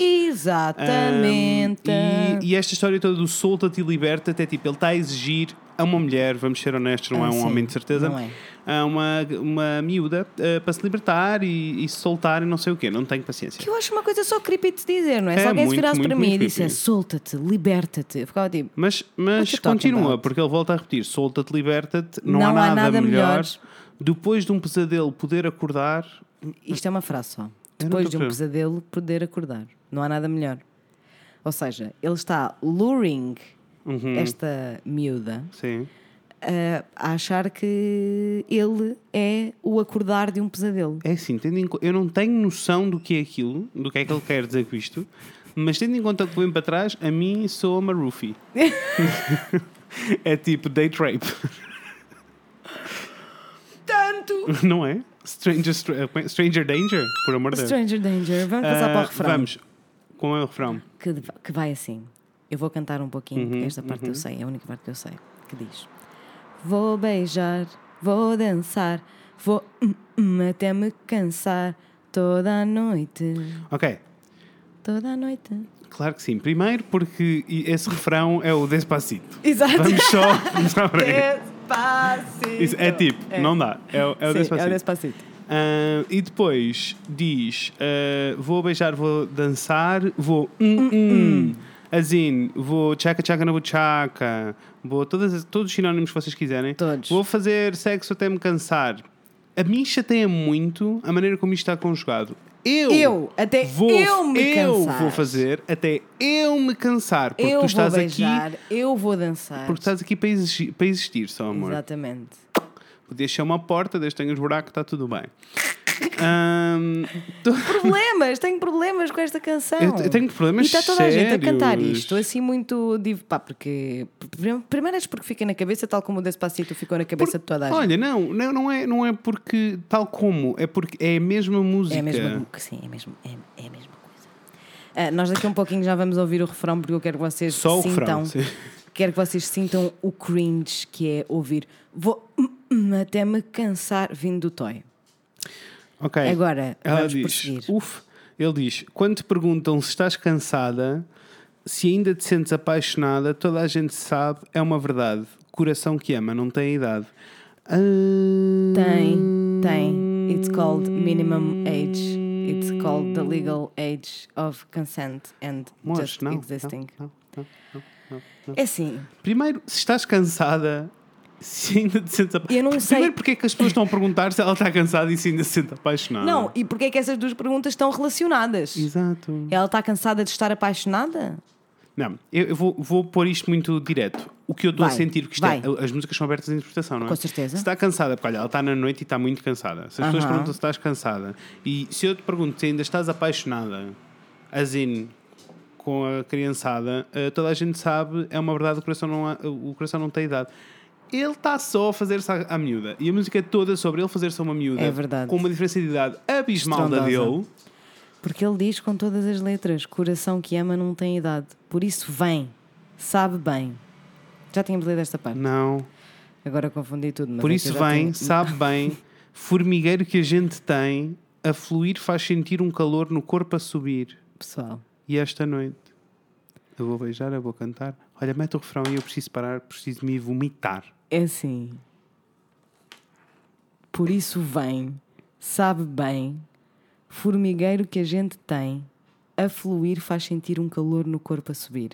Speaker 1: Exatamente.
Speaker 2: Um, e, e esta história toda do solta-te e liberta-te é tipo, ele está a exigir a uma mulher, vamos ser honestos, não
Speaker 1: Ah,
Speaker 2: é um
Speaker 1: sim,
Speaker 2: homem de certeza,
Speaker 1: não é.
Speaker 2: a uma, uma miúda eh, para se libertar e, e se soltar e não sei o quê. Não tenho paciência.
Speaker 1: Que eu acho uma coisa só creepy de dizer, não é? se
Speaker 2: É,
Speaker 1: alguém se
Speaker 2: muito,
Speaker 1: virasse
Speaker 2: muito,
Speaker 1: para mim
Speaker 2: muito
Speaker 1: e dissesse
Speaker 2: creepy.
Speaker 1: solta-te, liberta-te, eu ficava tipo.
Speaker 2: Mas,
Speaker 1: What
Speaker 2: mas
Speaker 1: you talking
Speaker 2: continua,
Speaker 1: about?
Speaker 2: porque ele volta a repetir: solta-te, liberta-te, não,
Speaker 1: Não
Speaker 2: há nada, melhor.
Speaker 1: melhor.
Speaker 2: Depois de um pesadelo poder acordar.
Speaker 1: Isto é uma frase só.
Speaker 2: Eu não
Speaker 1: Depois
Speaker 2: tô
Speaker 1: de
Speaker 2: a
Speaker 1: um
Speaker 2: perceber.
Speaker 1: pesadelo, poder acordar. Não há nada melhor. Ou seja, ele está luring
Speaker 2: Uhum.
Speaker 1: esta miúda
Speaker 2: Sim.
Speaker 1: a, a achar que ele é o acordar de um pesadelo.
Speaker 2: É assim, tendo em co- eu não tenho noção do que é aquilo, do que é que ele quer dizer com isto, mas tendo em conta o que vem para trás, a mim sou uma roofie. é tipo date rape,
Speaker 1: Tanto!
Speaker 2: não é? Stranger, stra- é? stranger Danger, por amor de Deus.
Speaker 1: Stranger Danger, vamos passar
Speaker 2: Ah,
Speaker 1: para o refrão.
Speaker 2: Vamos, com é o refrão?
Speaker 1: que, que vai assim. Eu vou cantar um pouquinho,
Speaker 2: Uhum,
Speaker 1: porque esta parte eu sei, é a única parte que eu sei, que diz: Vou beijar, vou dançar, vou hum, hum, até me cansar toda a noite.
Speaker 2: Ok,
Speaker 1: Toda a noite.
Speaker 2: claro que sim. Primeiro porque i- esse refrão é o Despacito.
Speaker 1: Exato.
Speaker 2: Vamos só começar por aí.
Speaker 1: Despacito.
Speaker 2: Isso é tipo, não dá, é, o-
Speaker 1: É. Sim,
Speaker 2: é o
Speaker 1: é o
Speaker 2: Despacito.
Speaker 1: despacito.
Speaker 2: Ah, e depois diz: ah, vou beijar, vou dançar, vou. Hum,
Speaker 1: Um,
Speaker 2: hum. Assim, vou tchaca tchaca na buchaca, vou todas, as- todos os sinónimos que vocês quiserem.
Speaker 1: Todos.
Speaker 2: Vou fazer sexo até me cansar. A mim chateia muito a maneira como isto está conjugado. Eu,
Speaker 1: Eu, até
Speaker 2: vou,
Speaker 1: eu me
Speaker 2: eu
Speaker 1: cansar.
Speaker 2: vou fazer até eu me cansar. Porque
Speaker 1: eu
Speaker 2: tu estás
Speaker 1: vou
Speaker 2: aqui.
Speaker 1: beijar, eu vou dançar.
Speaker 2: Porque estás aqui para existir, para existir só amor.
Speaker 1: Exatamente.
Speaker 2: Podias ser uma porta, desde que tenhas buraco, está tudo bem. Ahm, tu-
Speaker 1: problemas, tenho problemas com esta canção.
Speaker 2: Eu te- eu tenho problemas
Speaker 1: E está toda a gente a cantar
Speaker 2: sérios.
Speaker 1: isto, assim muito. div- Pá, porque. prim- Primeiro é porque fica na cabeça, tal como o Despacito ficou na cabeça de toda a gente.
Speaker 2: Olha, não, não, não, é, não é porque tal como, é porque é a mesma música.
Speaker 1: é a mesma. que Sim, é a mesma, é, é a mesma coisa. Ah, nós daqui a um pouquinho já vamos ouvir o refrão, porque eu quero que vocês
Speaker 2: Só o
Speaker 1: sintam.
Speaker 2: refrão, sim.
Speaker 1: quero que vocês sintam o cringe que é ouvir. Vou hum, hum, até me cansar vindo do Toy.
Speaker 2: Ok.
Speaker 1: Agora,
Speaker 2: Ela
Speaker 1: vamos
Speaker 2: diz,
Speaker 1: prosseguir.
Speaker 2: Uf, ele diz: quando te perguntam se estás cansada, se ainda te sentes apaixonada, toda a gente sabe, é uma verdade. Coração que ama, não tem idade. Ah,
Speaker 1: Tem, tem. It's called minimum age. It's called the legal age of consent and
Speaker 2: Mores,
Speaker 1: just
Speaker 2: não, não,
Speaker 1: existing.
Speaker 2: não, não.
Speaker 1: É assim,
Speaker 2: Primeiro, se estás cansada, se ainda te sentes apaixonada.
Speaker 1: Eu não sei-
Speaker 2: Primeiro, porque é que as pessoas estão a perguntar se ela está cansada e se ainda se sente apaixonada?
Speaker 1: não, e porquê é que essas duas perguntas estão relacionadas?
Speaker 2: Exato.
Speaker 1: Ela está cansada de estar apaixonada?
Speaker 2: Não, eu, eu vou, vou pôr isto muito direto. O que eu estou a
Speaker 1: Vai,
Speaker 2: sentir, que isto
Speaker 1: vai.
Speaker 2: é- as músicas são abertas à interpretação, não é?
Speaker 1: Com certeza.
Speaker 2: Se está cansada, porque olha, ela está na noite e está muito cansada. Se as pessoas
Speaker 1: Aham.
Speaker 2: perguntam se estás cansada e se eu te pergunto se ainda estás apaixonada, assim, com a criançada, eh, toda a gente sabe, é uma verdade, o coração não, há- o coração não tem idade. Ele está só a fazer-se à, à miúda. E a música é toda sobre ele fazer-se a uma miúda.
Speaker 1: É verdade.
Speaker 2: Com uma diferença de idade abismal da
Speaker 1: Estrondosa.
Speaker 2: dele.
Speaker 1: Porque ele diz com todas as letras: coração que ama não tem idade. Por isso, vem, sabe bem. Já tínhamos lido esta parte.
Speaker 2: Não.
Speaker 1: Agora confundi tudo. mas
Speaker 2: Por
Speaker 1: é que
Speaker 2: isso
Speaker 1: eu já
Speaker 2: vem,
Speaker 1: tinha-
Speaker 2: sabe bem, formigueiro que a gente tem, a fluir faz sentir um calor no corpo a subir.
Speaker 1: Pessoal,
Speaker 2: E esta noite eu vou beijar, eu vou cantar. Olha, mete o refrão e eu preciso parar, preciso me vomitar.
Speaker 1: É assim. Por isso vem, sabe bem, formigueiro que a gente tem, a fluir faz sentir um calor no corpo a subir.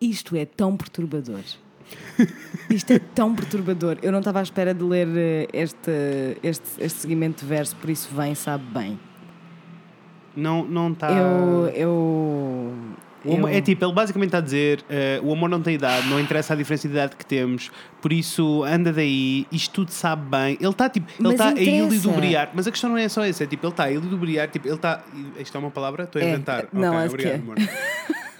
Speaker 1: Isto é tão perturbador. Isto é tão perturbador. Eu não estava à espera de ler eh, este, este, este seguimento de verso, por isso vem, sabe bem.
Speaker 2: Não não tá está.
Speaker 1: Eu. eu,
Speaker 2: O amor-
Speaker 1: eu-
Speaker 2: Ah. É tipo, ele basicamente está a dizer: eh, o amor não tem idade, não interessa a diferença de idade que temos, por isso anda daí, isto tudo sabe bem. Ele está tipo, ele
Speaker 1: Mas
Speaker 2: está a
Speaker 1: interessa.
Speaker 2: ilidubriar, mas a questão não é só essa, é tipo, ele está a ilidubriar, tipo, ele está. Isto é uma palavra? Estou a
Speaker 1: É,
Speaker 2: inventar.
Speaker 1: não,
Speaker 2: Ok,
Speaker 1: acho
Speaker 2: obrigado,
Speaker 1: que é.
Speaker 2: amor.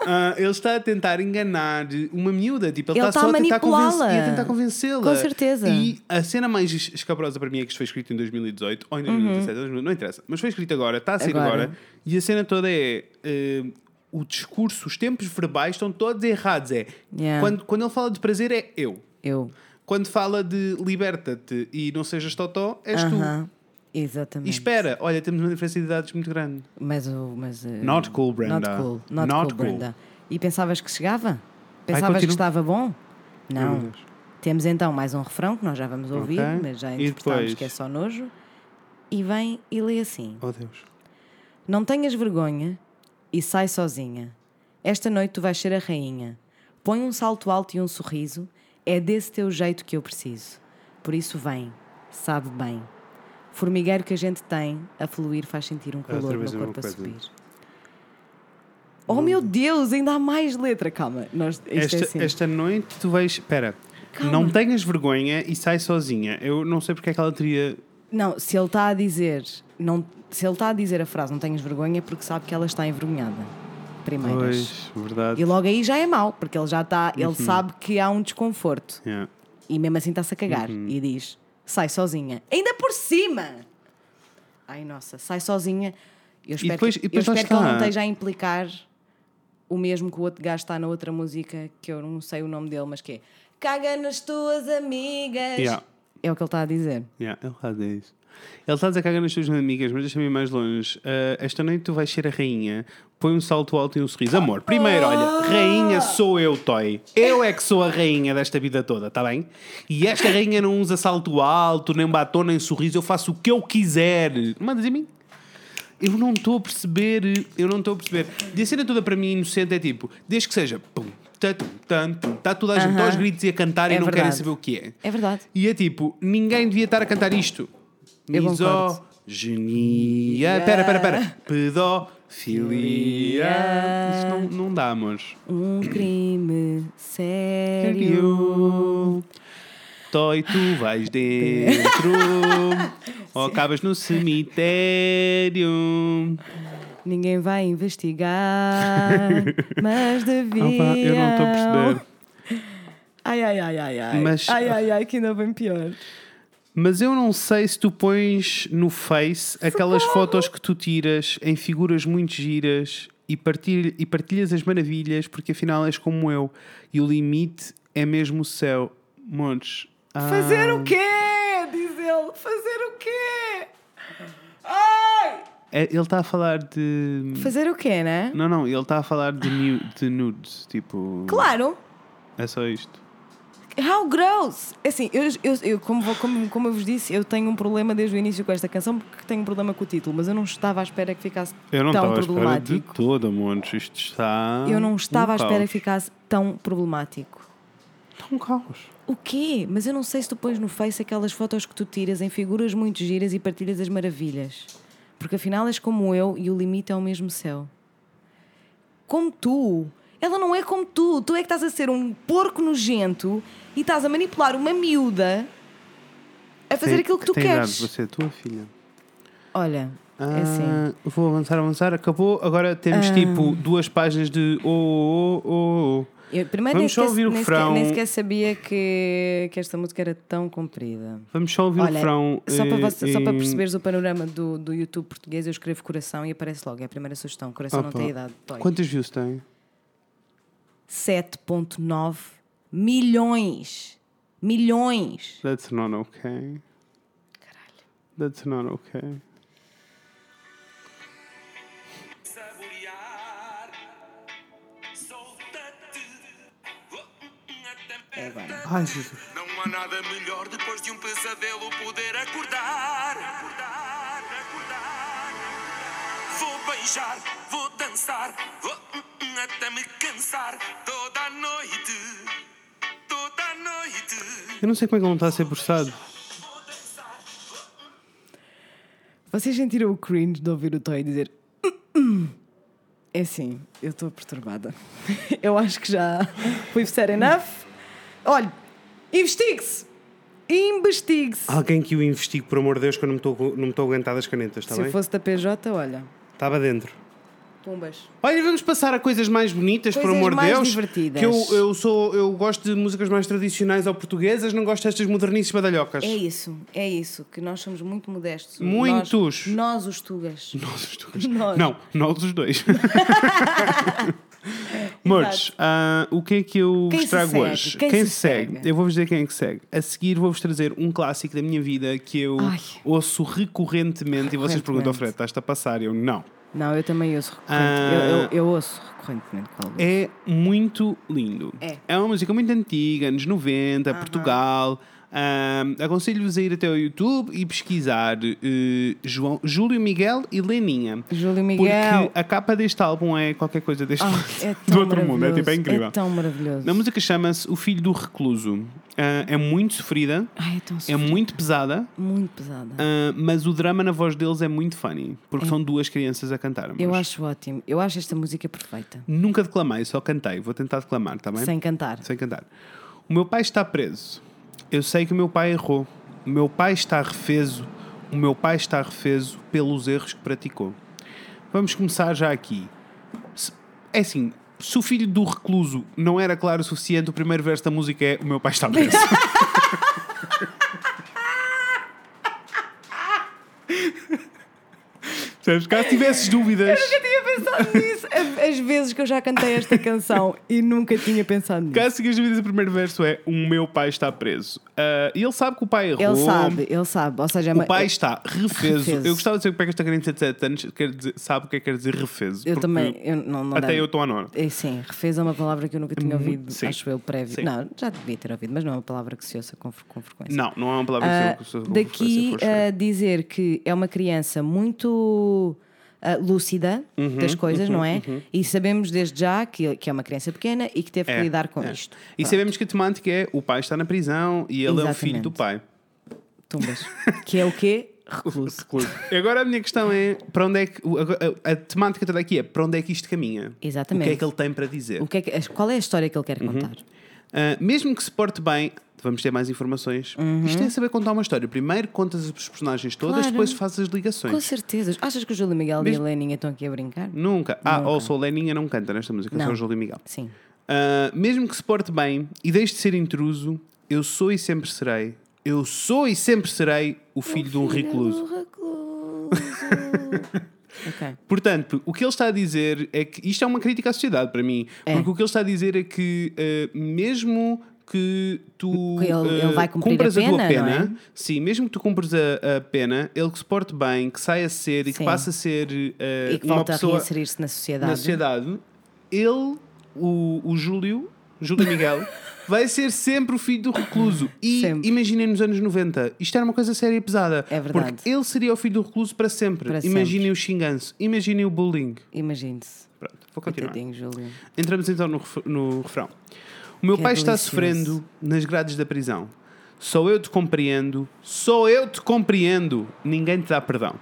Speaker 2: Ah, ele está a tentar enganar uma miúda, tipo, ele,
Speaker 1: Ele está
Speaker 2: está só
Speaker 1: a
Speaker 2: a tentar
Speaker 1: manipulá-la.
Speaker 2: convencer- e a tentar convencê-la.
Speaker 1: Com certeza.
Speaker 2: E a cena mais es- escabrosa para mim é que isto foi escrito em 2018
Speaker 1: Uhum.
Speaker 2: ou em 2017, ou em 2000, não interessa, mas foi escrito agora, está a sair agora.
Speaker 1: Agora.
Speaker 2: E a cena toda é eh, o discurso, os tempos verbais estão todos errados. É
Speaker 1: Yeah.
Speaker 2: quando, quando ele fala de prazer, é eu.
Speaker 1: Eu.
Speaker 2: Quando fala de liberta-te e não sejas totó, és tu.
Speaker 1: Aham.
Speaker 2: E
Speaker 1: Exatamente.
Speaker 2: espera, olha, temos uma diferença de idades muito grande.
Speaker 1: Mas o. Mas, eh,
Speaker 2: Not cool, Brenda.
Speaker 1: Not cool. Not,
Speaker 2: Not
Speaker 1: cool,
Speaker 2: cool.
Speaker 1: Brenda. E pensavas que chegava? Pensavas que
Speaker 2: continua.
Speaker 1: estava bom?
Speaker 2: Meu
Speaker 1: Não.
Speaker 2: Deus.
Speaker 1: Temos então mais um refrão que nós já vamos ouvir,
Speaker 2: Ok.
Speaker 1: mas já
Speaker 2: E
Speaker 1: interpretámos
Speaker 2: depois?
Speaker 1: que é só nojo. E vem e lê assim:
Speaker 2: Oh Deus.
Speaker 1: Não tenhas vergonha e sai sozinha. Esta noite tu vais ser a rainha. Põe um salto alto e um sorriso. É desse teu jeito que eu preciso. Por isso vem, sabe bem. Formigueiro que a gente tem, a fluir faz sentir um calor no
Speaker 2: outra vez a mesma
Speaker 1: corpo a
Speaker 2: coisa.
Speaker 1: subir. Oh meu Deus, ainda há mais letra, calma. Nós, isto é
Speaker 2: Esta,
Speaker 1: assim.
Speaker 2: esta noite tu vais. Espera.
Speaker 1: Calma.
Speaker 2: Não tenhas vergonha e sai sozinha. Eu não sei porque é que ela teria.
Speaker 1: Não, se ele está a dizer, não, se ele está a dizer a frase não tenhas vergonha é porque sabe que ela está envergonhada. Primeiras.
Speaker 2: Pois, verdade.
Speaker 1: E logo aí já é mau, porque ele já está,
Speaker 2: Uhum.
Speaker 1: ele sabe que há um desconforto.
Speaker 2: Yeah.
Speaker 1: E mesmo assim está-se a cagar
Speaker 2: Uhum.
Speaker 1: e diz: sai sozinha. Ainda por cima! Ai nossa, sai sozinha. Eu espero,
Speaker 2: depois-
Speaker 1: que,
Speaker 2: e depois
Speaker 1: eu
Speaker 2: lá
Speaker 1: espero que ele não
Speaker 2: está.
Speaker 1: esteja a implicar o mesmo que o outro gajo está na outra música, que eu não sei o nome dele, mas que é Caga nas tuas amigas.
Speaker 2: Yeah.
Speaker 1: É o que ele está a dizer.
Speaker 2: Yeah, ele está a dizer isso. Ele está a dizer caga nas tuas amigas, mas deixa-me ir mais longe. Ah, esta noite tu vais ser a rainha. Põe um salto alto e um sorriso. Amor, primeiro,
Speaker 1: Ah!
Speaker 2: olha, rainha sou eu, Toy. Eu é que sou a rainha desta vida toda, está bem? E esta rainha não usa salto alto, nem batom, nem sorriso. Eu faço o que eu quiser. Mandas em mim. Eu não estou a perceber, eu não estou a perceber. E a cena toda para mim inocente é tipo, desde que seja pum, tá, tum, tan, tum, tá toda a gente
Speaker 1: Aham.
Speaker 2: aos gritos e a cantar
Speaker 1: É
Speaker 2: e não querem
Speaker 1: verdade.
Speaker 2: saber o que é.
Speaker 1: É verdade.
Speaker 2: E é tipo, ninguém devia estar a cantar isto.
Speaker 1: Eu concordo.
Speaker 2: Misoginia. Pera, pera, pera. Pedofilia. Isso não, não dá, amores.
Speaker 1: Um crime sério.
Speaker 2: Toi, tu vais dentro. ou acabas no cemitério.
Speaker 1: Ninguém vai investigar, mas devia.
Speaker 2: Opa, eu não estou a perceber.
Speaker 1: Ai, ai, ai, ai, ai.
Speaker 2: Mas-
Speaker 1: Ai, ai, ai, que ainda bem pior.
Speaker 2: Mas eu não sei se tu pões no Face aquelas fotos que tu tiras em figuras muito giras e, partilha- e partilhas as maravilhas, porque afinal és como eu e o limite é mesmo o céu. Montes. Ah,
Speaker 1: Fazer o quê? Diz ele. Fazer o quê? Ai!
Speaker 2: é- ele está a falar de.
Speaker 1: Fazer o quê, né?
Speaker 2: Não, não, ele está a falar de, nu- de nudes. Tipo.
Speaker 1: Claro.
Speaker 2: É só isto.
Speaker 1: How gross! Assim, eu, eu, eu, como, vou- como, como eu vos disse, eu tenho um problema desde o início com esta canção porque tenho um problema com o título, mas eu não estava à espera que ficasse
Speaker 2: Eu não
Speaker 1: tão
Speaker 2: estava à espera
Speaker 1: Tá um problemático.
Speaker 2: de todo, Montes. Isto está.
Speaker 1: Eu não estava
Speaker 2: um
Speaker 1: à espera
Speaker 2: caos.
Speaker 1: que ficasse tão problemático.
Speaker 2: Está um caos.
Speaker 1: O quê? Mas eu não sei se tu pões no Face aquelas fotos que tu tiras em figuras muito giras e partilhas as maravilhas. Porque afinal és como eu e o limite é o mesmo céu. Como tu. Ela não é como tu. Tu é que estás a ser um porco nojento e estás a manipular uma miúda a fazer
Speaker 2: Tem-
Speaker 1: aquilo que tu
Speaker 2: tem
Speaker 1: queres.
Speaker 2: Idade, você é tua filha.
Speaker 1: Olha, é assim. Ah.
Speaker 2: Ah, Vou avançar, avançar, acabou. Agora temos tipo duas páginas de oh, oh, oh, oh.
Speaker 1: Eu, primeiro nem
Speaker 2: Vamos só
Speaker 1: sequer,
Speaker 2: ouvir o
Speaker 1: nem, sequer,
Speaker 2: refrão.
Speaker 1: nem sequer sabia que, que esta música era tão comprida.
Speaker 2: Vamos só ouvir o
Speaker 1: Olha,
Speaker 2: refrão.
Speaker 1: só, para
Speaker 2: eh,
Speaker 1: você- só para
Speaker 2: em-
Speaker 1: perceberes o panorama do, do YouTube português, eu escrevo coração e aparece logo, é a primeira sugestão. Coração não
Speaker 2: Opa.
Speaker 1: tem idade. Dói.
Speaker 2: Quantas views tem?
Speaker 1: 7,9 milhões. Milhões.
Speaker 2: That's not okay.
Speaker 1: Caralho.
Speaker 2: That's not okay.
Speaker 4: saborear. Solta-te uh, até
Speaker 1: É
Speaker 4: perto.
Speaker 1: agora.
Speaker 2: Ai, Jesus.
Speaker 4: Não há nada melhor depois de um pesadelo poder acordar. Acordar, acordar. Vou beijar, vou dançar, vou uh, uh, até me cansar toda a noite. Toda a noite.
Speaker 2: Eu não sei como é que ele não está a ser processado.
Speaker 1: Vocês sentiram o cringe de ouvir o Toy dizer. "Hum, hum"? É assim, eu estou perturbada. Eu acho que já. We've said enough. Olha, investigue-se! Investigue-se!
Speaker 2: Alguém que o investigue,
Speaker 1: tá
Speaker 2: por amor de Deus, que eu não me estou a aguentar das canetas, está
Speaker 1: Se eu fosse da PJ, olha.
Speaker 2: Estava tá dentro.
Speaker 1: Pumbas.
Speaker 2: Olha, vamos passar a coisas mais bonitas, por
Speaker 1: Coisas
Speaker 2: amor de
Speaker 1: mais
Speaker 2: Deus.
Speaker 1: divertidas.
Speaker 2: Que eu, eu sou, eu gosto de músicas mais tradicionais ou portuguesas, não gosto destas modernices badalhocas.
Speaker 1: É isso, é isso, que nós somos muito modestos.
Speaker 2: Muitos.
Speaker 1: Nós, nós os tugas.
Speaker 2: Nós os dois.
Speaker 1: Nós.
Speaker 2: Não, nós os dois. Mores, ah, o que é que eu
Speaker 1: Quem
Speaker 2: vos
Speaker 1: se
Speaker 2: trago
Speaker 1: segue?
Speaker 2: hoje?
Speaker 1: Quem se
Speaker 2: segue?
Speaker 1: segue?
Speaker 2: Eu vou-vos dizer quem é que segue. A seguir vou-vos trazer um clássico da minha vida que eu
Speaker 1: Ai.
Speaker 2: ouço recorrentemente e vocês
Speaker 1: Recorrentemente.
Speaker 2: perguntam, Fred, estás-te a passar? Eu, não.
Speaker 1: Não, eu também ouço recorrentemente.
Speaker 2: Ah.
Speaker 1: Eu, eu- eu ouço recorrentemente. Paulo.
Speaker 2: É muito lindo.
Speaker 1: É.
Speaker 2: uma música muito antiga, anos 90, Portugal. Ahm, Aconselho-vos a ir até ao YouTube e pesquisar eh, João, Júlio Miguel e Leninha.
Speaker 1: Júlio Miguel.
Speaker 2: É Porque a capa deste álbum é qualquer coisa deste
Speaker 1: Ah, é tão
Speaker 2: do outro mundo. É, tipo, é
Speaker 1: maravilhoso,
Speaker 2: incrível.
Speaker 1: É tão maravilhoso.
Speaker 2: A música chama-se O Filho do Recluso. Ah, é muito sofrida,
Speaker 1: Ai, é tão
Speaker 2: é
Speaker 1: muito,
Speaker 2: muito pesada,
Speaker 1: muito pesada.
Speaker 2: ah, mas o drama na voz deles é muito funny, porque são duas crianças a cantar. mas
Speaker 1: eu acho ótimo. Eu acho esta música perfeita.
Speaker 2: Nunca declamei, só cantei. Vou tentar declamar, está bem?
Speaker 1: Sem cantar.
Speaker 2: Sem cantar. O meu pai está preso. Eu sei que o meu pai errou. O meu pai está refeso. O meu pai está refeso pelos erros que praticou. Vamos começar já aqui. Se- É assim, se o filho do recluso não era claro o suficiente, o primeiro verso da música é O meu pai está preso. Sabes, caso tivesses dúvidas.
Speaker 1: tinha pensado nisso. As vezes que eu já cantei esta canção e nunca tinha pensado nisso.
Speaker 2: Caso sigas dúvidas, o primeiro verso é O meu pai está preso. Ah, e ele sabe que o pai errou.
Speaker 1: Ele sabe, ele sabe. Ou seja, é
Speaker 2: oh. O
Speaker 1: uma-
Speaker 2: pai está refeso.
Speaker 1: Refeso.
Speaker 2: Eu gostava de saber como é que esta criança de 7 anos quer dizer- sabe o que é que quer dizer refeso.
Speaker 1: eu
Speaker 2: porque
Speaker 1: também. Eu não, não
Speaker 2: até
Speaker 1: deve-
Speaker 2: eu estou à nona.
Speaker 1: É, Sim, refez é uma palavra que eu nunca tinha
Speaker 2: muito-
Speaker 1: ouvido,
Speaker 2: sim.
Speaker 1: acho eu, prévio.
Speaker 2: Sim.
Speaker 1: Não, já devia ter ouvido, mas não é uma palavra que se ouça com, fre- com frequência.
Speaker 2: Não, não é uma palavra
Speaker 1: Ah,
Speaker 2: que se usa com
Speaker 1: daqui
Speaker 2: frequência, pois
Speaker 1: a dizer que é uma criança muito ah, lúcida
Speaker 2: Uhum,
Speaker 1: das coisas, não é? E sabemos desde já que, que é uma criança pequena e que teve
Speaker 2: é.
Speaker 1: que lidar com
Speaker 2: É.
Speaker 1: isto.
Speaker 2: E sabemos que a temática é o pai está na prisão e ele é o filho
Speaker 1: Exatamente.
Speaker 2: do pai.
Speaker 1: Tumbas. que é o quê? Recluso.
Speaker 2: E agora a minha questão é para onde é que o- a, a temática toda aqui é para onde é que isto caminha?
Speaker 1: Exatamente.
Speaker 2: O que é que ele tem para dizer?
Speaker 1: O que é que- qual é a história que ele quer
Speaker 2: Uhum.
Speaker 1: contar?
Speaker 2: Uh, mesmo que se porte bem, vamos ter mais informações. Isto é saber contar uma história. Primeiro contas os personagens todas,
Speaker 1: Claro.
Speaker 2: depois fazes as
Speaker 1: Com
Speaker 2: ligações.
Speaker 1: certeza. Achas que o Júlio Miguel
Speaker 2: Mesmo-
Speaker 1: e a Leninha estão aqui a brincar?
Speaker 2: Nunca. Ah, ou sou Leninha não canta nesta música,
Speaker 1: Não.
Speaker 2: sou Júlio Miguel.
Speaker 1: Sim.
Speaker 2: Uh, mesmo que se porte bem e deixe de ser intruso, eu sou e sempre serei. Eu sou e sempre serei o filho de um recluso. Eh,
Speaker 1: Ok.
Speaker 2: Portanto, o que ele está a dizer é que isto é uma crítica à sociedade para mim,
Speaker 1: É.
Speaker 2: porque o que ele está a dizer é que eh, mesmo que tu
Speaker 1: Que ele- ele
Speaker 2: eh,
Speaker 1: vai cumprir
Speaker 2: cumpras
Speaker 1: a
Speaker 2: tua
Speaker 1: pena, não é?
Speaker 2: pena, sim, mesmo que tu cumpras a, a pena, ele que se porte bem, que saia cedo e que
Speaker 1: Sim.
Speaker 2: passe a ser eh,
Speaker 1: E que
Speaker 2: uma
Speaker 1: volta a
Speaker 2: pessoa
Speaker 1: reinserir-se na sociedade.
Speaker 2: na sociedade, ele, o, o Júlio, Júlio Miguel, vai ser sempre o filho do recluso. E
Speaker 1: Sempre.
Speaker 2: imaginem nos anos 90, isto era uma coisa séria e pesada.
Speaker 1: É verdade.
Speaker 2: Porque ele seria o filho do recluso para sempre.
Speaker 1: Para
Speaker 2: imaginem o xinganço, imaginem o bullying.
Speaker 1: Imagine-se.
Speaker 2: Pronto, vou continuar.
Speaker 1: Coitadinho, Júlio.
Speaker 2: Entramos então no, ref- no refrão. O meu
Speaker 1: Que é
Speaker 2: pai está
Speaker 1: delicioso.
Speaker 2: sofrendo nas grades da prisão. Só eu te compreendo, só eu te compreendo. Ninguém te dá perdão.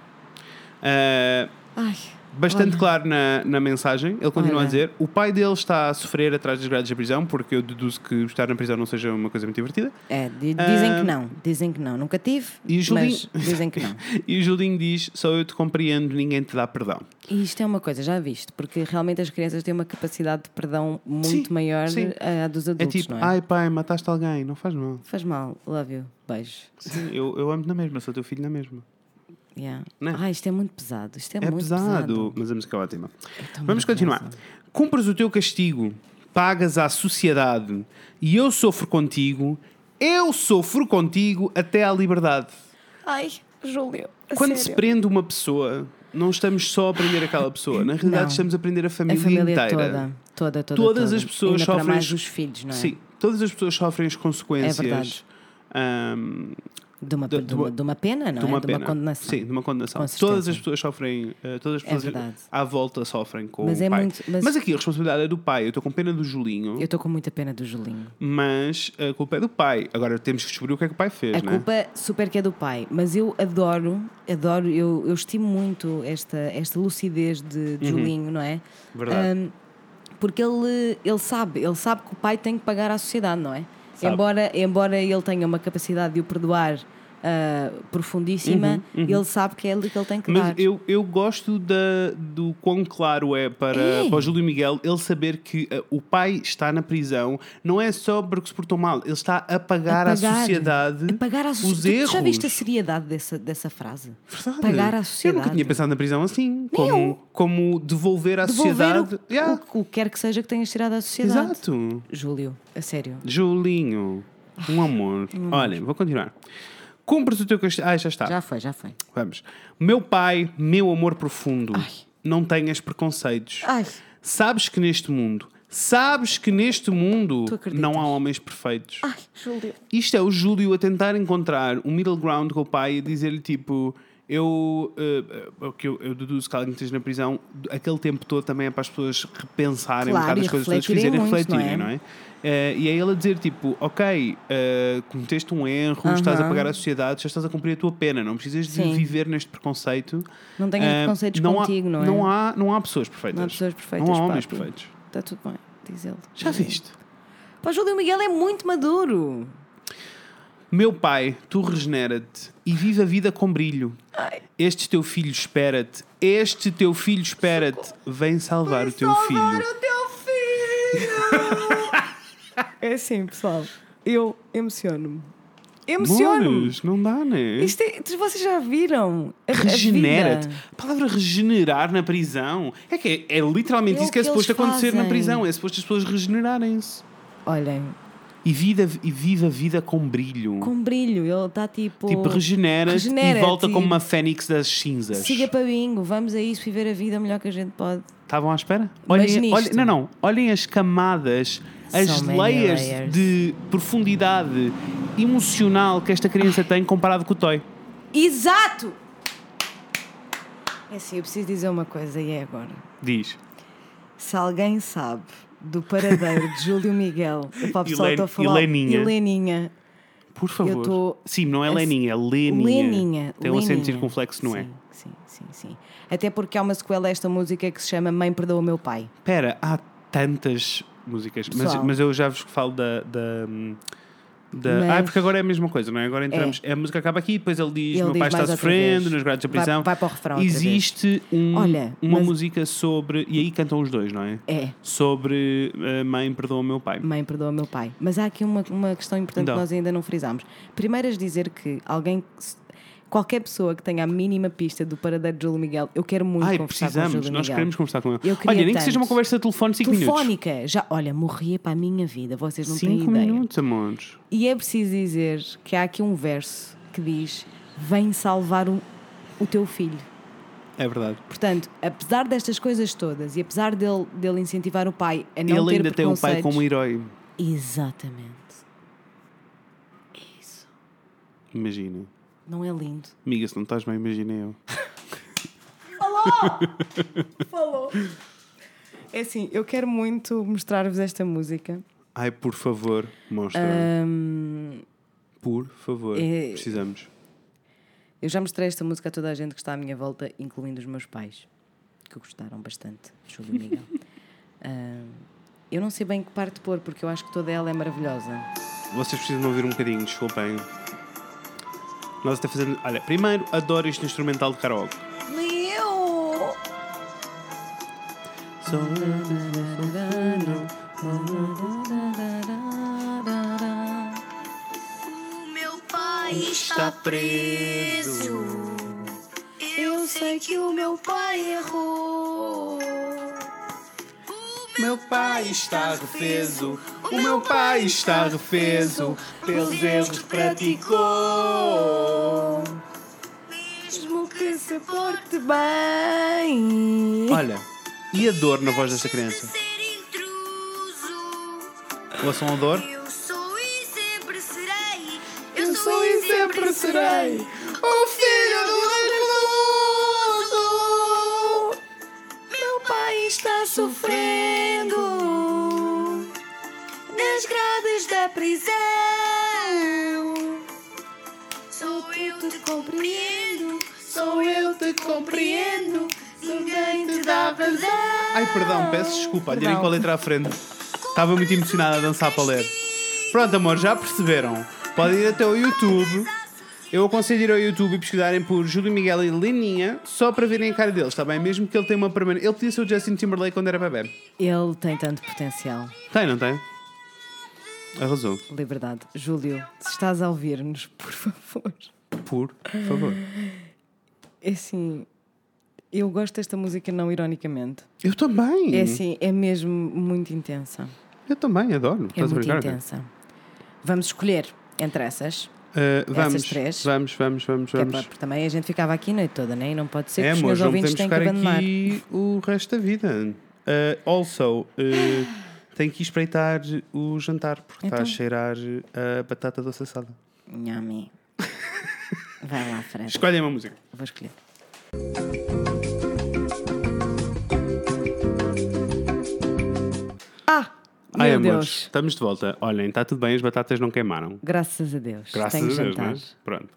Speaker 2: Ah,
Speaker 1: Ai.
Speaker 2: Bastante
Speaker 1: olha.
Speaker 2: claro na, na mensagem, ele continua
Speaker 1: Olha.
Speaker 2: a dizer: o pai dele está a sofrer atrás das grades da prisão, porque eu deduzo que estar na prisão não seja uma coisa muito divertida.
Speaker 1: É, di- dizem
Speaker 2: Ah,
Speaker 1: que não. Dizem que não. Nunca tive,
Speaker 2: E o Julinho-
Speaker 1: mas dizem que não.
Speaker 2: E o Julinho diz: só eu te compreendo, ninguém te dá perdão.
Speaker 1: E isto é uma coisa, já viste, porque realmente as crianças têm uma capacidade de perdão muito
Speaker 2: Sim,
Speaker 1: maior eh,
Speaker 2: sim.
Speaker 1: à dos
Speaker 2: é
Speaker 1: adultos,
Speaker 2: tipo:
Speaker 1: não é?
Speaker 2: ai pai, mataste alguém, não faz mal.
Speaker 1: Faz mal, love you, beijo.
Speaker 2: Sim, eu, eu amo na mesma, sou teu filho na mesma.
Speaker 1: Yeah.
Speaker 2: Né?
Speaker 1: Ah, isto é muito pesado. Isto é,
Speaker 2: É
Speaker 1: muito
Speaker 2: pesado, mas a música é ótima.
Speaker 1: tão
Speaker 2: Vamos continuar. Cumpres o teu castigo, pagas à sociedade, e eu sofro contigo, eu sofro contigo até à liberdade.
Speaker 1: Ai, Júlio. a
Speaker 2: Quando se
Speaker 1: sério.
Speaker 2: prende uma pessoa, não estamos só a aprender aquela pessoa. Na realidade,
Speaker 1: Não.
Speaker 2: estamos a aprender a
Speaker 1: A
Speaker 2: família,
Speaker 1: família
Speaker 2: inteira.
Speaker 1: toda, toda, toda.
Speaker 2: Todas
Speaker 1: toda.
Speaker 2: as pessoas
Speaker 1: Ainda
Speaker 2: sofrem.
Speaker 1: Para mais
Speaker 2: as-
Speaker 1: os filhos, não é?
Speaker 2: Sim, todas as pessoas sofrem as consequências
Speaker 1: verdade.
Speaker 2: ahm,
Speaker 1: De uma,
Speaker 2: De-
Speaker 1: de, uma, de uma pena, não
Speaker 2: de uma
Speaker 1: é?
Speaker 2: pena.
Speaker 1: De uma condenação.
Speaker 2: Sim, de uma condenação.
Speaker 1: Com
Speaker 2: todas
Speaker 1: certeza. É
Speaker 2: as pessoas sofrem, eh, todas as pessoas
Speaker 1: verdade.
Speaker 2: à volta sofrem com
Speaker 1: Mas
Speaker 2: o
Speaker 1: é
Speaker 2: pai.
Speaker 1: muito- mas-
Speaker 2: aqui a responsabilidade é do pai. Eu estou com pena do Julinho,
Speaker 1: Eu estou com muita pena do Julinho.
Speaker 2: mas a culpa é do pai. Agora temos que descobrir o que é que o pai fez,
Speaker 1: A
Speaker 2: né?
Speaker 1: culpa super que é do pai, mas eu adoro, adoro, eu, eu estimo muito esta, esta lucidez de, de Julinho, não é?
Speaker 2: Uhum. Verdade.
Speaker 1: Ahm, porque ele, ele sabe, ele sabe que o pai tem que pagar à sociedade, não é?
Speaker 2: Sabe.
Speaker 1: Embora, embora ele tenha uma capacidade de o perdoar ah, profundíssima, ele sabe que é ali que ele tem que
Speaker 2: Uhum, Mas
Speaker 1: dar.
Speaker 2: eu, eu gosto da, do quão claro é para,
Speaker 1: É.
Speaker 2: para o Júlio Miguel ele saber que eh, o pai está na prisão, não é só porque se portou mal, ele está a pagar, à
Speaker 1: Apagar.
Speaker 2: sociedade
Speaker 1: Apagar a
Speaker 2: os
Speaker 1: sociedade.
Speaker 2: erros.
Speaker 1: Tu já viste a seriedade dessa, dessa frase?
Speaker 2: Verdade.
Speaker 1: Pagar à
Speaker 2: Eu
Speaker 1: sociedade.
Speaker 2: nunca tinha pensado na prisão assim, como, como devolver à
Speaker 1: Devolver
Speaker 2: sociedade.
Speaker 1: o,
Speaker 2: Yeah,
Speaker 1: o que é quer que seja que tenhas tirado à sociedade.
Speaker 2: Exato.
Speaker 1: Júlio, a sério.
Speaker 2: Julinho, um amor. Olhem, vou continuar. Cumpre-se o teu castelo. Ah, já está.
Speaker 1: Já foi, já foi.
Speaker 2: Vamos. Meu pai, meu amor profundo,
Speaker 1: Ai.
Speaker 2: não tenhas preconceitos.
Speaker 1: Ai.
Speaker 2: Sabes que neste mundo, sabes que neste mundo
Speaker 1: Tu acreditas?
Speaker 2: não há homens perfeitos.
Speaker 1: Ai, Júlio.
Speaker 2: Isto é o Júlio a tentar encontrar um middle ground com o pai e dizer-lhe tipo. Eu, eh, eh, o que eu, eu deduzo que alguém que esteja na prisão, aquele tempo todo também é para as pessoas repensarem
Speaker 1: Claro,
Speaker 2: um bocado
Speaker 1: e
Speaker 2: as coisas todas que
Speaker 1: refletirem
Speaker 2: fizeram e
Speaker 1: muito,
Speaker 2: refletirem,
Speaker 1: não
Speaker 2: não é? Eh, e é ele a dizer tipo, ok, eh, cometeste um erro, estás a
Speaker 1: Aham.
Speaker 2: pagar à sociedade, já estás a cumprir a tua pena, não precisas de
Speaker 1: Sim.
Speaker 2: viver neste preconceito.
Speaker 1: Não tenhas
Speaker 2: Eh,
Speaker 1: preconceitos
Speaker 2: não há-
Speaker 1: contigo, não é?
Speaker 2: Não há, não há pessoas perfeitas.
Speaker 1: Não há pessoas perfeitas.
Speaker 2: Não há homens
Speaker 1: papi.
Speaker 2: perfeitos.
Speaker 1: Está tudo bem, diz ele.
Speaker 2: Já viste?
Speaker 1: Pá, Júlio Miguel é muito maduro.
Speaker 2: Meu pai, tu regenera-te e vive a vida com brilho. Este teu filho espera-te. Este teu filho espera-te. Vem salvar o teu filho.
Speaker 1: o teu filho! é assim, pessoal. Eu emociono-me. Emociono-me.
Speaker 2: Mores, não dá, né?
Speaker 1: Isto é- vocês já viram? A- a
Speaker 2: Regenera-te.
Speaker 1: vida.
Speaker 2: A palavra regenerar na prisão é que é, é literalmente
Speaker 1: É o
Speaker 2: isso que é
Speaker 1: que
Speaker 2: suposto
Speaker 1: eles
Speaker 2: acontecer na
Speaker 1: fazem.
Speaker 2: prisão. É suposto as pessoas regenerarem-se.
Speaker 1: Olhem,
Speaker 2: E, vida, e vive a vida com brilho.
Speaker 1: com brilho, ele está tipo.
Speaker 2: tipo, regenera-te
Speaker 1: regenera-te
Speaker 2: e volta
Speaker 1: e-
Speaker 2: como uma fênix das cinzas.
Speaker 1: Siga para bingo, vamos a isso viver a vida melhor que a gente pode.
Speaker 2: Estavam à espera?
Speaker 1: Mas
Speaker 2: Olhem,
Speaker 1: nisto-
Speaker 2: olhem- não, não. Olhem as camadas, as
Speaker 1: So many
Speaker 2: layers,
Speaker 1: layers.
Speaker 2: de profundidade emocional que esta criança tem comparado com o Toy.
Speaker 1: Exato! É assim, eu preciso dizer uma coisa e é agora.
Speaker 2: Diz.
Speaker 1: Se alguém sabe do paradeiro de Júlio Miguel, eu para o pessoal
Speaker 2: Helen-
Speaker 1: estou a falar.
Speaker 2: Heleninha.
Speaker 1: Heleninha.
Speaker 2: Por favor.
Speaker 1: Eu tô-
Speaker 2: Sim, não é
Speaker 1: Assim,
Speaker 2: Leninha, é Leninha.
Speaker 1: Leninha.
Speaker 2: Tem um acento
Speaker 1: Leninha.
Speaker 2: circunflexo, não é?
Speaker 1: Sim, Sim, sim, sim. Até porque há uma sequela a esta música que se chama Mãe Perdoa o Meu Pai.
Speaker 2: Espera, há tantas músicas. Mas,
Speaker 1: Pessoal.
Speaker 2: mas eu já vos falo da. da da...
Speaker 1: Mas-
Speaker 2: Ah, porque agora é a mesma coisa, não é? Agora entramos, a música acaba aqui, depois ele diz:
Speaker 1: Ele
Speaker 2: Meu
Speaker 1: diz
Speaker 2: pai está
Speaker 1: mais outra
Speaker 2: sofrendo
Speaker 1: vez.
Speaker 2: nos grados da
Speaker 1: Vai-
Speaker 2: prisão.
Speaker 1: vai para o refrão outra vez.
Speaker 2: Existe um-
Speaker 1: Olha,
Speaker 2: uma
Speaker 1: mas-
Speaker 2: música sobre. E aí cantam os dois, não é?
Speaker 1: É.
Speaker 2: Sobre eh, Mãe, perdoa o meu pai.
Speaker 1: Mãe perdoa o meu pai. Mas há aqui uma, uma questão importante
Speaker 2: Então.
Speaker 1: que nós ainda não frisámos. Primeiro é dizer que alguém. Qualquer pessoa que tenha a mínima pista do paradeiro de Júlio Miguel, eu quero muito
Speaker 2: Ai,
Speaker 1: conversar
Speaker 2: precisamos,
Speaker 1: com o Júlio
Speaker 2: nós
Speaker 1: Miguel.
Speaker 2: queremos conversar com ele.
Speaker 1: Eu
Speaker 2: Olha,
Speaker 1: queria
Speaker 2: nem que seja uma
Speaker 1: tanto.
Speaker 2: conversa de telefone de 5 minutos.
Speaker 1: Telefónica, já, olha, morria para a minha vida, vocês não têm
Speaker 2: 5
Speaker 1: ideia.
Speaker 2: minutos, amores.
Speaker 1: E é preciso dizer que há aqui um verso que diz: Vem salvar o, o teu filho.
Speaker 2: É verdade.
Speaker 1: Portanto, apesar destas coisas todas e apesar dele, dele incentivar o pai a não
Speaker 2: ele
Speaker 1: ter
Speaker 2: ainda tem o pai
Speaker 1: preconceitos-
Speaker 2: como herói.
Speaker 1: Exatamente. É isso.
Speaker 2: Imagina.
Speaker 1: Não é lindo?
Speaker 2: Amiga, se não estás bem, imagina eu.
Speaker 1: É assim, eu quero muito mostrar-vos esta música.
Speaker 2: Ai, por favor, mostra.
Speaker 1: Hum,
Speaker 2: Por favor,
Speaker 1: é-
Speaker 2: precisamos.
Speaker 1: eu já mostrei esta música a toda a gente que está à minha volta, incluindo os meus pais, que gostaram bastante, Júlio e Miguel. Hum, eu não sei bem que parte pôr, porque eu acho que toda ela é maravilhosa.
Speaker 2: Vocês precisam ouvir um bocadinho, desculpem. Nós até fazendo. Olha, primeiro, adoro este instrumental de karaoke.
Speaker 1: Eu!
Speaker 2: Só- um
Speaker 5: O meu pai está preso. Eu sei que o meu pai errou.
Speaker 2: Meu pai está refeso, o meu pai está refeso pelos erros que praticou.
Speaker 5: Mesmo que se porte
Speaker 1: Bem!
Speaker 2: Olha, e a dor na voz desta criança?
Speaker 5: ser intruso.
Speaker 2: Ouçam a dor?
Speaker 5: Eu sou e sempre serei. Eu, sou e sempre serei.
Speaker 2: o filho do recluso.
Speaker 5: Meu pai está sofrendo nas grades da prisão. Sou eu te compreendo, sou eu te compreendo. Ninguém te dá razão.
Speaker 2: Ai, perdão, peço desculpa, olhem
Speaker 1: Perdão.
Speaker 2: com a letra à frente. Estava muito emocionada a dançar para ler. Pronto, amor, já perceberam. Podem ir até o YouTube Eu aconselho ir ao YouTube e pesquisarem por Júlio Miguel e Leninha só para verem a cara deles, está bem? Mesmo que ele tenha uma permanente. Ele podia ser o Justin Timberlake quando era bebê.
Speaker 1: Ele tem tanto potencial.
Speaker 2: Tem, não tem? Arrasou.
Speaker 1: Liberdade. Júlio, se estás a ouvir-nos, por favor.
Speaker 2: Por favor.
Speaker 1: É assim, eu gosto desta música não ironicamente.
Speaker 2: Eu também.
Speaker 1: É assim, é mesmo muito intensa.
Speaker 2: Eu também, adoro.
Speaker 1: É muito intensa. Vamos escolher entre essas.
Speaker 2: Uh, vamos,
Speaker 1: Essas três.
Speaker 2: vamos, vamos, vamos,
Speaker 1: que é
Speaker 2: vamos.
Speaker 1: para- porque também a gente ficava aqui a noite toda, né? E não pode ser que
Speaker 2: É,
Speaker 1: os
Speaker 2: amor,
Speaker 1: meus
Speaker 2: não
Speaker 1: ouvintes têm
Speaker 2: podemos
Speaker 1: que
Speaker 2: ficar
Speaker 1: abandonar.
Speaker 2: aqui o resto da vida. Uh, also, uh, tenho que ir espreitar o jantar porque está a
Speaker 1: Então.
Speaker 2: cheirar a batata doce assada.
Speaker 1: Nhami. Vai lá, Fred.
Speaker 2: Escolhem uma música.
Speaker 1: Vou escolher. Ah! Meu
Speaker 2: Ai,
Speaker 1: Deus!
Speaker 2: amores, estamos de volta. Olhem, está tudo bem, as batatas não queimaram.
Speaker 1: Graças a Deus.
Speaker 2: Graças
Speaker 1: Tenho
Speaker 2: a Deus,
Speaker 1: jantar.
Speaker 2: não é? Pronto.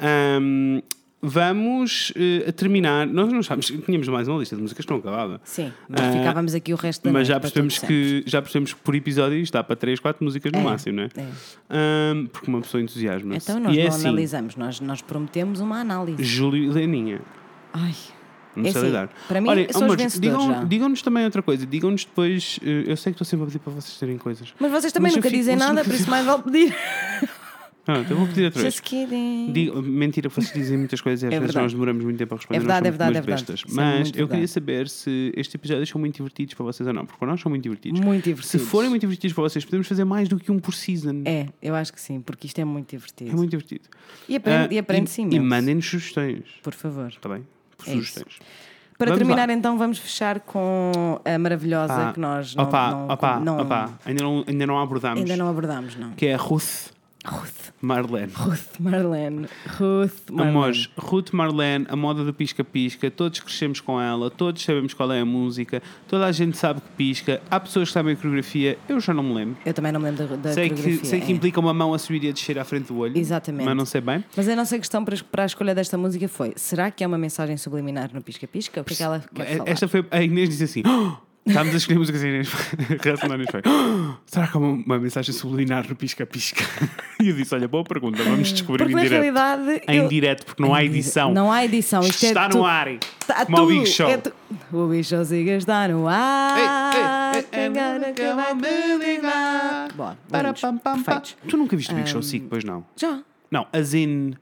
Speaker 2: Ahm, vamos eh, a terminar. Nós não sabemos, tínhamos mais uma lista de músicas que não acabava.
Speaker 1: Sim, mas
Speaker 2: Ah,
Speaker 1: ficávamos aqui o resto da noite
Speaker 2: Mas já
Speaker 1: para
Speaker 2: percebemos,
Speaker 1: todos sempre.
Speaker 2: que, já percebemos que por episódio isto dá para 3, 4 músicas no
Speaker 1: É,
Speaker 2: máximo, não é?
Speaker 1: é.
Speaker 2: Ahm, porque uma pessoa entusiasma.
Speaker 1: Então nós
Speaker 2: e é
Speaker 1: não
Speaker 2: assim,
Speaker 1: analisamos, nós, nós prometemos uma análise.
Speaker 2: Júlio e Leninha.
Speaker 1: Ai.
Speaker 2: Não
Speaker 1: É
Speaker 2: sei
Speaker 1: assim,
Speaker 2: lidar.
Speaker 1: para mim,
Speaker 2: Olhem,
Speaker 1: são os
Speaker 2: amores,
Speaker 1: vencedores já.
Speaker 2: digam, digam-nos também outra coisa. Digam-nos depois. eh, Eu sei que estou sempre a pedir para vocês terem coisas.
Speaker 1: Mas vocês também
Speaker 2: Mas eu
Speaker 1: nunca
Speaker 2: fico-
Speaker 1: dizem
Speaker 2: mas eu
Speaker 1: nada,
Speaker 2: nunca
Speaker 1: por isso mais vale pedir.
Speaker 2: Ah, então eu vou pedir outra vez.
Speaker 1: Just kidding.
Speaker 2: Digo, mentira, vocês dizem muitas coisas e às
Speaker 1: É
Speaker 2: vezes
Speaker 1: verdade.
Speaker 2: nós demoramos muito tempo a responder.
Speaker 1: É verdade,
Speaker 2: nós
Speaker 1: é
Speaker 2: somos
Speaker 1: verdade,
Speaker 2: umas
Speaker 1: é verdade.
Speaker 2: bestas.
Speaker 1: Sim,
Speaker 2: Mas eu
Speaker 1: muito
Speaker 2: queria
Speaker 1: verdade.
Speaker 2: saber se estes episódios são muito divertidos para vocês ou não, porque para nós são muito divertidos.
Speaker 1: Muito divertidos.
Speaker 2: Se forem muito divertidos para vocês, podemos fazer mais do que um por season.
Speaker 1: É, eu acho que sim, porque isto é muito divertido.
Speaker 2: É muito divertido.
Speaker 1: E aprende,
Speaker 2: Ah,
Speaker 1: e aprende
Speaker 2: e,
Speaker 1: sim
Speaker 2: e
Speaker 1: mesmo.
Speaker 2: mandem-nos sugestões,
Speaker 1: Por favor.
Speaker 2: está bem?
Speaker 1: É
Speaker 2: sugestões.
Speaker 1: Para
Speaker 2: Vamos
Speaker 1: terminar,
Speaker 2: lá.
Speaker 1: então, vamos fechar com a maravilhosa
Speaker 2: Ah,
Speaker 1: é que nós não,
Speaker 2: opa,
Speaker 1: não-
Speaker 2: opa,
Speaker 1: não-
Speaker 2: opa, ainda não, ainda não abordámos.
Speaker 1: ainda não abordámos, não.
Speaker 2: Que é a Ruth
Speaker 1: Ruth.
Speaker 2: Marlene.
Speaker 1: Ruth Marlene. Ruth Marlene.
Speaker 2: Amores, Ruth Marlene, a moda do pisca-pisca, todos crescemos com ela, todos sabemos qual é a música, toda a gente sabe que pisca, há pessoas que sabem a coreografia, eu já não me lembro.
Speaker 1: Eu também não me lembro da, da
Speaker 2: sei
Speaker 1: coreografia.
Speaker 2: que, sei que
Speaker 1: é.
Speaker 2: implica uma mão a subir e a descer à frente do olho.
Speaker 1: Exatamente.
Speaker 2: Mas não sei bem.
Speaker 1: Mas a nossa questão para, para a escolha desta música foi: será que é uma mensagem subliminar no pisca-pisca? O que é que ela quer
Speaker 2: Eh,
Speaker 1: falar?
Speaker 2: Esta foi. A Inês disse assim. "Oh!" Estávamos a escolher músicas e a Inês a reação da Inês foi "Oh! Será que há uma, uma mensagem sublinar no pisca-pisca? E eu disse: Olha, boa pergunta, vamos descobrir
Speaker 1: Porque
Speaker 2: em
Speaker 1: na
Speaker 2: direto.
Speaker 1: realidade.
Speaker 2: Em
Speaker 1: eu-
Speaker 2: direto, porque não há edição.
Speaker 1: Não há edição. Isto é
Speaker 2: Está
Speaker 1: tu-
Speaker 2: no ar.
Speaker 1: Tá
Speaker 2: como ao Big
Speaker 1: tu-
Speaker 2: Show.
Speaker 1: é tu- O bicho Ziga está no ar. Ah, tá Agora que vai te ligar. Bora,
Speaker 2: é Para
Speaker 1: vamos.
Speaker 2: pam, pam, pam.
Speaker 1: Perfeitos.
Speaker 2: Tu nunca viste o Big Show Sick, pois não?
Speaker 1: Já.
Speaker 2: Não, a Zin,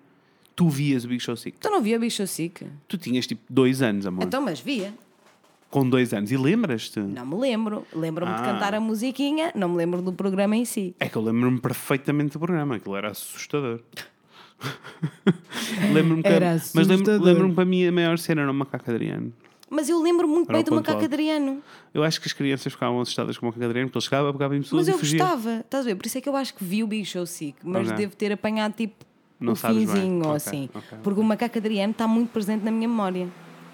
Speaker 2: tu vias o Big Show Sick.
Speaker 1: Tu não via bicho sick?
Speaker 2: Tu tinhas tipo dois anos, amor.
Speaker 1: Então, mas via.
Speaker 2: Com dois anos. E lembras-te?
Speaker 1: Não me lembro. Lembro-me de
Speaker 2: Ah.
Speaker 1: cantar a musiquinha, não me lembro do programa em si.
Speaker 2: É que eu lembro-me perfeitamente do programa, aquilo era assustador. lembro-me que
Speaker 1: Era
Speaker 2: Mas lembro-
Speaker 1: assustador.
Speaker 2: lembro-me para mim a maior cena era o macaco Adriano.
Speaker 1: Mas eu lembro muito
Speaker 2: Era
Speaker 1: bem
Speaker 2: o
Speaker 1: do
Speaker 2: ponto
Speaker 1: macaco
Speaker 2: alto.
Speaker 1: Adriano.
Speaker 2: Eu acho que as crianças ficavam assustadas com o macaco Adriano, porque ele chegava, pegava em pessoas
Speaker 1: Mas eu
Speaker 2: e fugia.
Speaker 1: gostava, estás a ver? Por isso é que eu acho que vi o bicho ou sick, mas
Speaker 2: Ok.
Speaker 1: devo ter apanhado tipo
Speaker 2: Não
Speaker 1: o
Speaker 2: sabes bem.
Speaker 1: finzinho ou
Speaker 2: Ok,
Speaker 1: assim.
Speaker 2: ok, ok.
Speaker 1: Porque o macaco Adriano está muito presente na minha memória.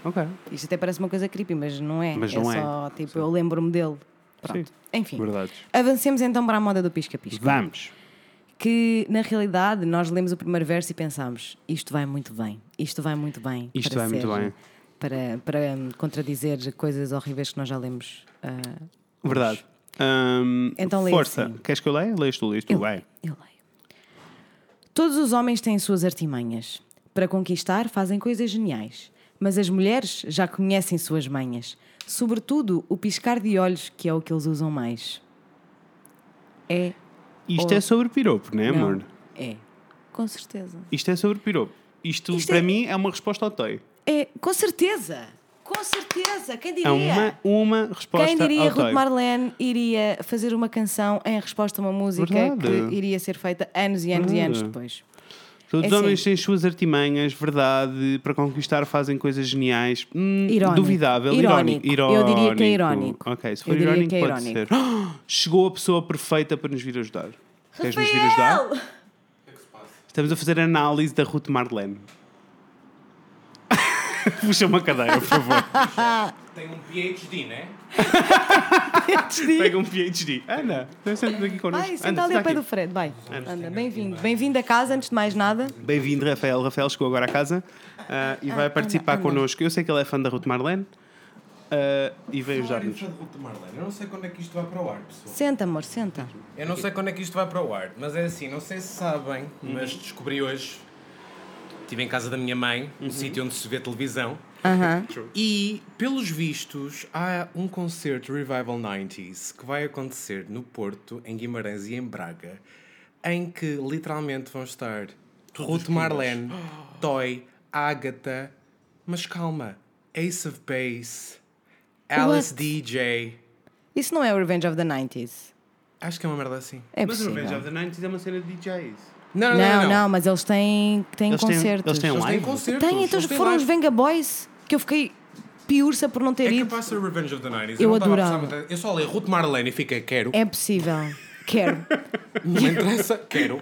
Speaker 2: Ok.
Speaker 1: Isto até parece uma coisa creepy, mas não é.
Speaker 2: Mas
Speaker 1: é
Speaker 2: não é.
Speaker 1: só tipo, eu lembro-me dele. Pronto.
Speaker 2: Sim.
Speaker 1: Enfim.
Speaker 2: Verdades.
Speaker 1: Avancemos então para a moda do pisca-pisca.
Speaker 2: Vamos.
Speaker 1: Que na realidade nós lemos o primeiro verso e pensámos: isto vai muito bem, isto vai muito bem.
Speaker 2: Isto
Speaker 1: para
Speaker 2: vai muito
Speaker 1: ser-
Speaker 2: bem.
Speaker 1: Para, para hum, contradizer coisas horríveis que nós já lemos. ah,
Speaker 2: Verdade. Ahm,
Speaker 1: Então leia
Speaker 2: Força.
Speaker 1: assim.
Speaker 2: Queres que eu leia? Leias tu, leias tu.
Speaker 1: Eu
Speaker 2: Vai.
Speaker 1: leio, eu leio. Todos os homens têm suas artimanhas. Para conquistar, fazem coisas geniais. Mas as mulheres já conhecem suas manhas. Sobretudo o piscar de olhos, que é o que eles usam mais. É.
Speaker 2: Isto
Speaker 1: Ou-
Speaker 2: é sobre piropo, não é,
Speaker 1: não,
Speaker 2: amor?
Speaker 1: É. Com certeza.
Speaker 2: Isto é sobre piropo. Isto,
Speaker 1: Isto
Speaker 2: para
Speaker 1: é-
Speaker 2: mim, é uma resposta ao toy.
Speaker 1: É, com certeza! Com certeza! Quem diria?
Speaker 2: É uma, uma resposta
Speaker 1: Quem diria
Speaker 2: ao
Speaker 1: Ruth
Speaker 2: toy.
Speaker 1: Marlene iria fazer uma canção em resposta a uma música
Speaker 2: Verdade.
Speaker 1: que iria ser feita anos e anos e anos
Speaker 2: Verdade.
Speaker 1: depois?
Speaker 2: Todos os
Speaker 1: É
Speaker 2: homens
Speaker 1: assim.
Speaker 2: têm as suas artimanhas, verdade, para conquistar fazem coisas geniais. Hum,
Speaker 1: Irónico.
Speaker 2: Duvidável, irónico.
Speaker 1: Irónico. Eu diria que é irónico.
Speaker 2: Ok, se
Speaker 1: Eu
Speaker 2: for
Speaker 1: diria
Speaker 2: irónico,
Speaker 1: que é
Speaker 2: pode
Speaker 1: irónico.
Speaker 2: ser. Ah, Chegou a pessoa perfeita para nos vir ajudar. Queres nos vir ajudar? Estamos a fazer análise da Ruth Marlene. Puxa uma cadeira, por favor.
Speaker 6: Tem um PhD, né?
Speaker 2: Pega um PhD. Ana, deve ser daqui connosco.
Speaker 1: Vai,
Speaker 2: Ana,
Speaker 1: senta ali ao pé
Speaker 2: aqui.
Speaker 1: do Fred, vai. Anda, bem-vindo. Bem-vindo a casa, antes de mais nada.
Speaker 2: Bem-vindo, Rafael. Rafael chegou agora à casa ah, e vai participar
Speaker 1: anda.
Speaker 2: connosco. Eu sei que ele é fã da Ruth Marlene ah, e veio ajudar-nos.
Speaker 6: Eu não sei quando é que isto vai para o ar, pessoal.
Speaker 1: Senta, amor, senta.
Speaker 6: Uhum. Eu não sei quando é que isto vai para o ar, mas é assim, não sei se sabem, mas descobri hoje
Speaker 7: Estive em casa da minha mãe,
Speaker 6: Uhum.
Speaker 7: um sítio onde se vê televisão.
Speaker 1: Aham.
Speaker 7: E, pelos vistos, há um concerto Revival 90s que vai acontecer no Porto, em Guimarães e em Braga, em que literalmente vão estar Ruth Marlene, Toy, Agatha, mas calma, Ace of Base, Alice DJ.
Speaker 1: Isso não é o Revenge of the 90s.
Speaker 7: Acho que é uma merda assim.
Speaker 1: É
Speaker 2: Mas o
Speaker 1: possível.
Speaker 2: Revenge of the 90s é uma cena de DJs.
Speaker 7: Não,
Speaker 1: Não, não, mas eles têm, têm
Speaker 2: Eles têm-
Speaker 1: concertos.
Speaker 2: eles têm um
Speaker 7: Eles têm
Speaker 2: Live?
Speaker 7: concertos.
Speaker 1: Tem, então
Speaker 7: eles têm
Speaker 1: foram os
Speaker 7: live.
Speaker 1: Venga Boys que eu fiquei piurça por não ter
Speaker 7: É
Speaker 1: ido.
Speaker 7: capaz de ser Revenge of the 90s.
Speaker 1: Eu
Speaker 7: não estava a
Speaker 1: adorava.
Speaker 7: pensar muito- Eu só leio Ruth Marlene e fiquei, quero.
Speaker 1: É possível. Quero.
Speaker 7: Não me interessa, quero.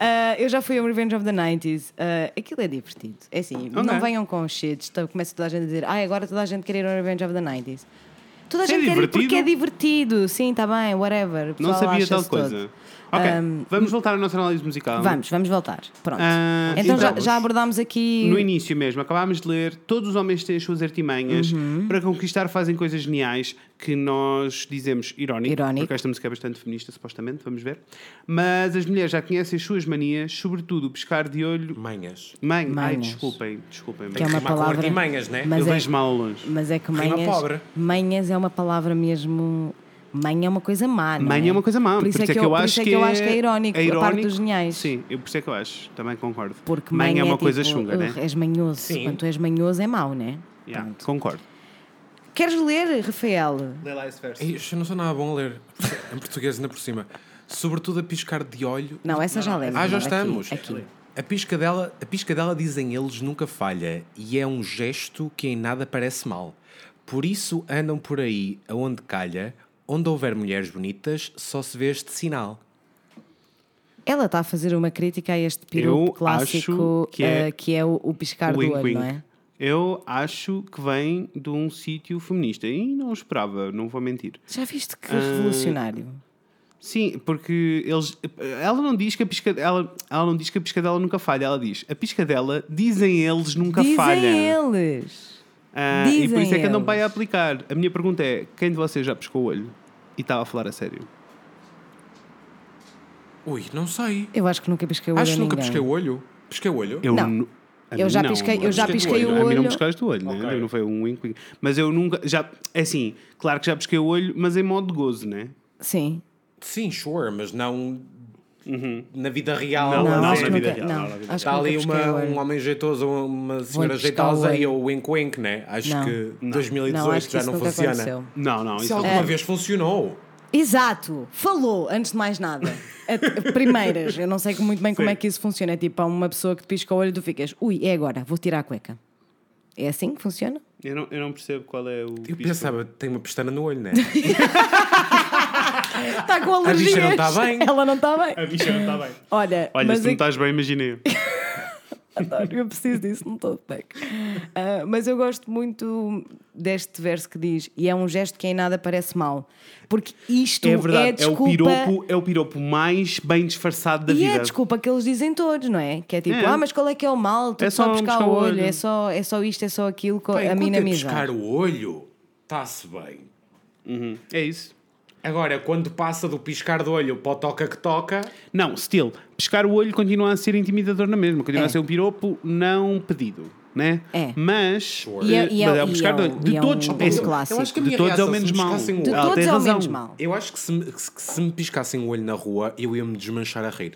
Speaker 1: Ah, eu já fui ao Revenge of the 90s. Ah, aquilo é divertido. É assim,
Speaker 2: Ok.
Speaker 1: não venham com shit. Está- Começa toda a gente a dizer, ai, agora toda a gente quer ir ao Revenge of the 90s. Toda a
Speaker 2: Isso é
Speaker 1: gente quer ir porque
Speaker 2: divertido?
Speaker 1: é divertido. Sim, está bem, whatever. O
Speaker 2: Não
Speaker 1: pessoal
Speaker 2: sabia
Speaker 1: acha-se
Speaker 2: tal coisa.
Speaker 1: todo.
Speaker 2: Ok,
Speaker 1: Um,
Speaker 2: vamos voltar à nossa análise musical.
Speaker 1: Vamos, vamos voltar. Pronto.
Speaker 2: Ah,
Speaker 1: então já,
Speaker 2: então-
Speaker 1: já abordámos aqui.
Speaker 2: No início mesmo, acabámos de ler Todos os homens têm as suas artimanhas
Speaker 1: Uhum.
Speaker 2: Para conquistar fazem coisas geniais Que nós dizemos irónico,
Speaker 1: Irónico.
Speaker 2: Porque esta música é bastante feminista, supostamente, vamos ver Mas as mulheres já conhecem as suas manias Sobretudo o pescar de olho
Speaker 7: Manhas.
Speaker 2: Mãe, ai,
Speaker 1: Manhas.
Speaker 2: desculpem, desculpem
Speaker 1: Que é uma
Speaker 7: Rimar com
Speaker 1: palavra.
Speaker 7: artimanhas, né?
Speaker 1: Mas
Speaker 2: Eu
Speaker 1: é-
Speaker 2: vejo mal ao longe
Speaker 1: Mas é que
Speaker 7: Rima
Speaker 1: manhas,
Speaker 7: pobre.
Speaker 1: manhas é uma palavra mesmo. Manha é uma coisa má, não
Speaker 2: Mãe é uma coisa má,
Speaker 1: Por isso, é, que eu, por isso é que eu acho que é irónico, a parte dos geniais.
Speaker 2: Sim, eu por isso é que eu acho, também concordo
Speaker 1: Porque
Speaker 2: Mãe
Speaker 1: manha
Speaker 2: é uma
Speaker 1: tipo,
Speaker 2: coisa chunga,
Speaker 1: "Ugh,
Speaker 2: né?
Speaker 1: És manhoso.
Speaker 7: Sim.
Speaker 1: Quando tu és manhoso é mau, né?
Speaker 2: Yeah, concordo
Speaker 1: Queres ler, Rafael?
Speaker 2: Lê lá esse
Speaker 1: É
Speaker 2: verso
Speaker 7: Ei, Eu não sou nada bom a ler em português ainda por cima. Sobretudo a piscar de olho.
Speaker 1: Não, essa já lemos.
Speaker 7: Ah, já
Speaker 1: Aqui,
Speaker 7: estamos.
Speaker 1: Aqui.
Speaker 7: A piscadela, a piscadela, dizem eles, nunca falha e é um gesto que em nada parece mal. Por isso andam por aí aonde calha, onde houver mulheres bonitas, só se vê este sinal.
Speaker 1: Ela está a fazer uma crítica a este piropo
Speaker 2: Eu
Speaker 1: clássico
Speaker 2: acho que é-
Speaker 1: eh, que é o, o piscar do olho, não é?
Speaker 2: Eu acho que vem de um sítio feminista e não esperava, não vou mentir.
Speaker 1: Já viste
Speaker 2: Ah,
Speaker 1: que revolucionário?
Speaker 2: Sim, porque eles, ela não diz que a piscadela, ela não diz que a piscadela nunca falha, ela diz, a piscadela dizem eles nunca
Speaker 1: Dizem
Speaker 2: falha.
Speaker 1: eles.
Speaker 2: Ah, e por
Speaker 1: Dizem
Speaker 2: isso é que andam
Speaker 1: eles.
Speaker 2: para aí a aplicar. A minha pergunta é, quem de vocês já piscou o olho e estava a falar a sério?
Speaker 7: Ui, não sei.
Speaker 1: Eu acho que nunca pisquei o olho.
Speaker 7: Acho
Speaker 1: a
Speaker 7: que nunca
Speaker 1: ninguém.
Speaker 7: pisquei o olho. Pisquei o olho?
Speaker 2: Eu
Speaker 1: Não.
Speaker 2: nu- a
Speaker 1: Eu
Speaker 2: mim
Speaker 1: já
Speaker 2: não.
Speaker 1: pisquei- eu já
Speaker 7: pisquei o
Speaker 2: A mim não
Speaker 1: olho.
Speaker 2: piscaste o olho, né?
Speaker 7: Ok.
Speaker 2: Não foi um wink, wink. Mas eu nunca, já, é assim, claro que já pisquei o olho, mas em modo de gozo, né?
Speaker 1: Sim.
Speaker 7: Sim, sure, mas não na vida real.
Speaker 2: Uhum. Não,
Speaker 1: Não,
Speaker 2: não,
Speaker 1: acho
Speaker 2: na
Speaker 1: que
Speaker 2: vida
Speaker 1: nunca.
Speaker 2: real,
Speaker 1: Não,
Speaker 2: não, na vida
Speaker 1: acho que
Speaker 7: Está ali
Speaker 1: nunca pisquei
Speaker 7: uma,
Speaker 1: o olho.
Speaker 7: um homem jeitoso, uma senhora
Speaker 1: piscar o
Speaker 7: jeitosa
Speaker 1: olho.
Speaker 7: e o wink wink, né? Acho
Speaker 1: Não.
Speaker 7: que
Speaker 1: Não,
Speaker 7: 2018
Speaker 1: acho que
Speaker 7: já
Speaker 1: isso
Speaker 7: um, não
Speaker 1: nunca
Speaker 7: funciona.
Speaker 1: aconteceu.
Speaker 2: Não, não,
Speaker 7: Se
Speaker 2: isso é
Speaker 7: alguma vez funcionou.
Speaker 1: Exato, falou, antes de mais nada. A- Primeiras, eu não sei muito bem como é que isso funciona. É tipo, há uma pessoa que te pisca o olho e tu ficas, ui, é agora, vou tirar a cueca. É assim que funciona?
Speaker 2: Eu não, eu não percebo qual é o.
Speaker 7: Eu
Speaker 2: pisco.
Speaker 7: pensava, tem uma pestana no olho, né?
Speaker 1: Está com
Speaker 7: A
Speaker 1: alergias.
Speaker 7: bicha não tá bem.
Speaker 1: Ela não está bem.
Speaker 2: A bicha não está bem.
Speaker 1: Olha,
Speaker 2: Olha,
Speaker 1: mas
Speaker 2: se
Speaker 1: é
Speaker 2: não tá-
Speaker 1: que-
Speaker 2: estás bem, imaginei.
Speaker 1: Adoro, eu preciso disso, não estou de bem. Ah, mas eu gosto muito deste verso que diz, e é um gesto que em nada parece mal. Porque isto
Speaker 2: É verdade, é, o
Speaker 1: desculpa...
Speaker 2: piropo, é o piropo mais bem disfarçado da
Speaker 1: E
Speaker 2: vida.
Speaker 1: é a desculpa que eles dizem todos, não é? Que é tipo,
Speaker 2: É.
Speaker 1: ah, mas qual é que é o mal? Tu
Speaker 2: É
Speaker 1: é só
Speaker 2: só
Speaker 1: pescar o
Speaker 2: buscar o
Speaker 1: olho,
Speaker 2: olho.
Speaker 1: É, só, é só isto, é só aquilo, co-
Speaker 7: Bem,
Speaker 1: a mim
Speaker 7: enquanto
Speaker 1: na
Speaker 7: é
Speaker 1: misa.
Speaker 7: pescar o olho, está-se bem.
Speaker 2: É isso.
Speaker 7: Agora, quando passa do piscar do olho para o toca que toca,
Speaker 2: Não, still, pescar o olho continua a ser intimidador na mesma,
Speaker 1: É.
Speaker 2: continua a ser um piropo não pedido, né?
Speaker 1: É.
Speaker 2: Mas,
Speaker 1: E é-
Speaker 2: eh,
Speaker 1: e é-
Speaker 2: mas é o
Speaker 1: e
Speaker 2: pescar
Speaker 1: é
Speaker 2: do
Speaker 1: um-
Speaker 2: olho. De
Speaker 1: e é
Speaker 2: todos,
Speaker 1: um-
Speaker 2: é assim,
Speaker 1: um clássico.
Speaker 7: Eu acho que a minha
Speaker 2: de todos é o
Speaker 7: reação,
Speaker 2: menos
Speaker 7: se me um
Speaker 2: mal.
Speaker 7: piscassem o
Speaker 1: De
Speaker 7: olho-
Speaker 2: Ela
Speaker 1: todos
Speaker 2: tem
Speaker 1: é o
Speaker 2: razão.
Speaker 1: menos mal.
Speaker 7: eu acho que se me, que se me piscassem o olho na rua, eu ia me desmanchar a rir.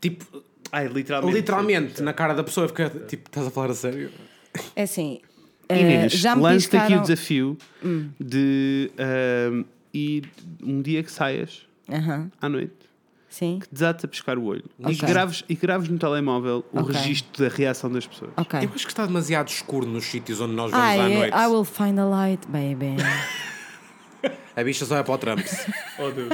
Speaker 7: Tipo,
Speaker 2: Ai, literalmente.
Speaker 7: literalmente, na cara da pessoa, fica tipo, estás a falar a sério?
Speaker 1: É assim, eh,
Speaker 2: Inês,
Speaker 1: já me Hum.
Speaker 2: lança-te aqui o
Speaker 1: piscaram...
Speaker 2: desafio de ah, ir um dia que saias
Speaker 1: Aham,
Speaker 2: à noite
Speaker 1: Sim,
Speaker 2: desates a pescar o olho e,
Speaker 1: Ok.
Speaker 2: graves, e graves no telemóvel o
Speaker 1: Ok.
Speaker 2: registro da reação das pessoas.
Speaker 1: ok. Ah, é?
Speaker 7: Eu acho que está demasiado escuro nos sítios onde nós vamos
Speaker 1: I,
Speaker 7: à noite.
Speaker 1: I will find a light, baby.
Speaker 7: A bicha só é para o Trump.
Speaker 2: Oh, Deus.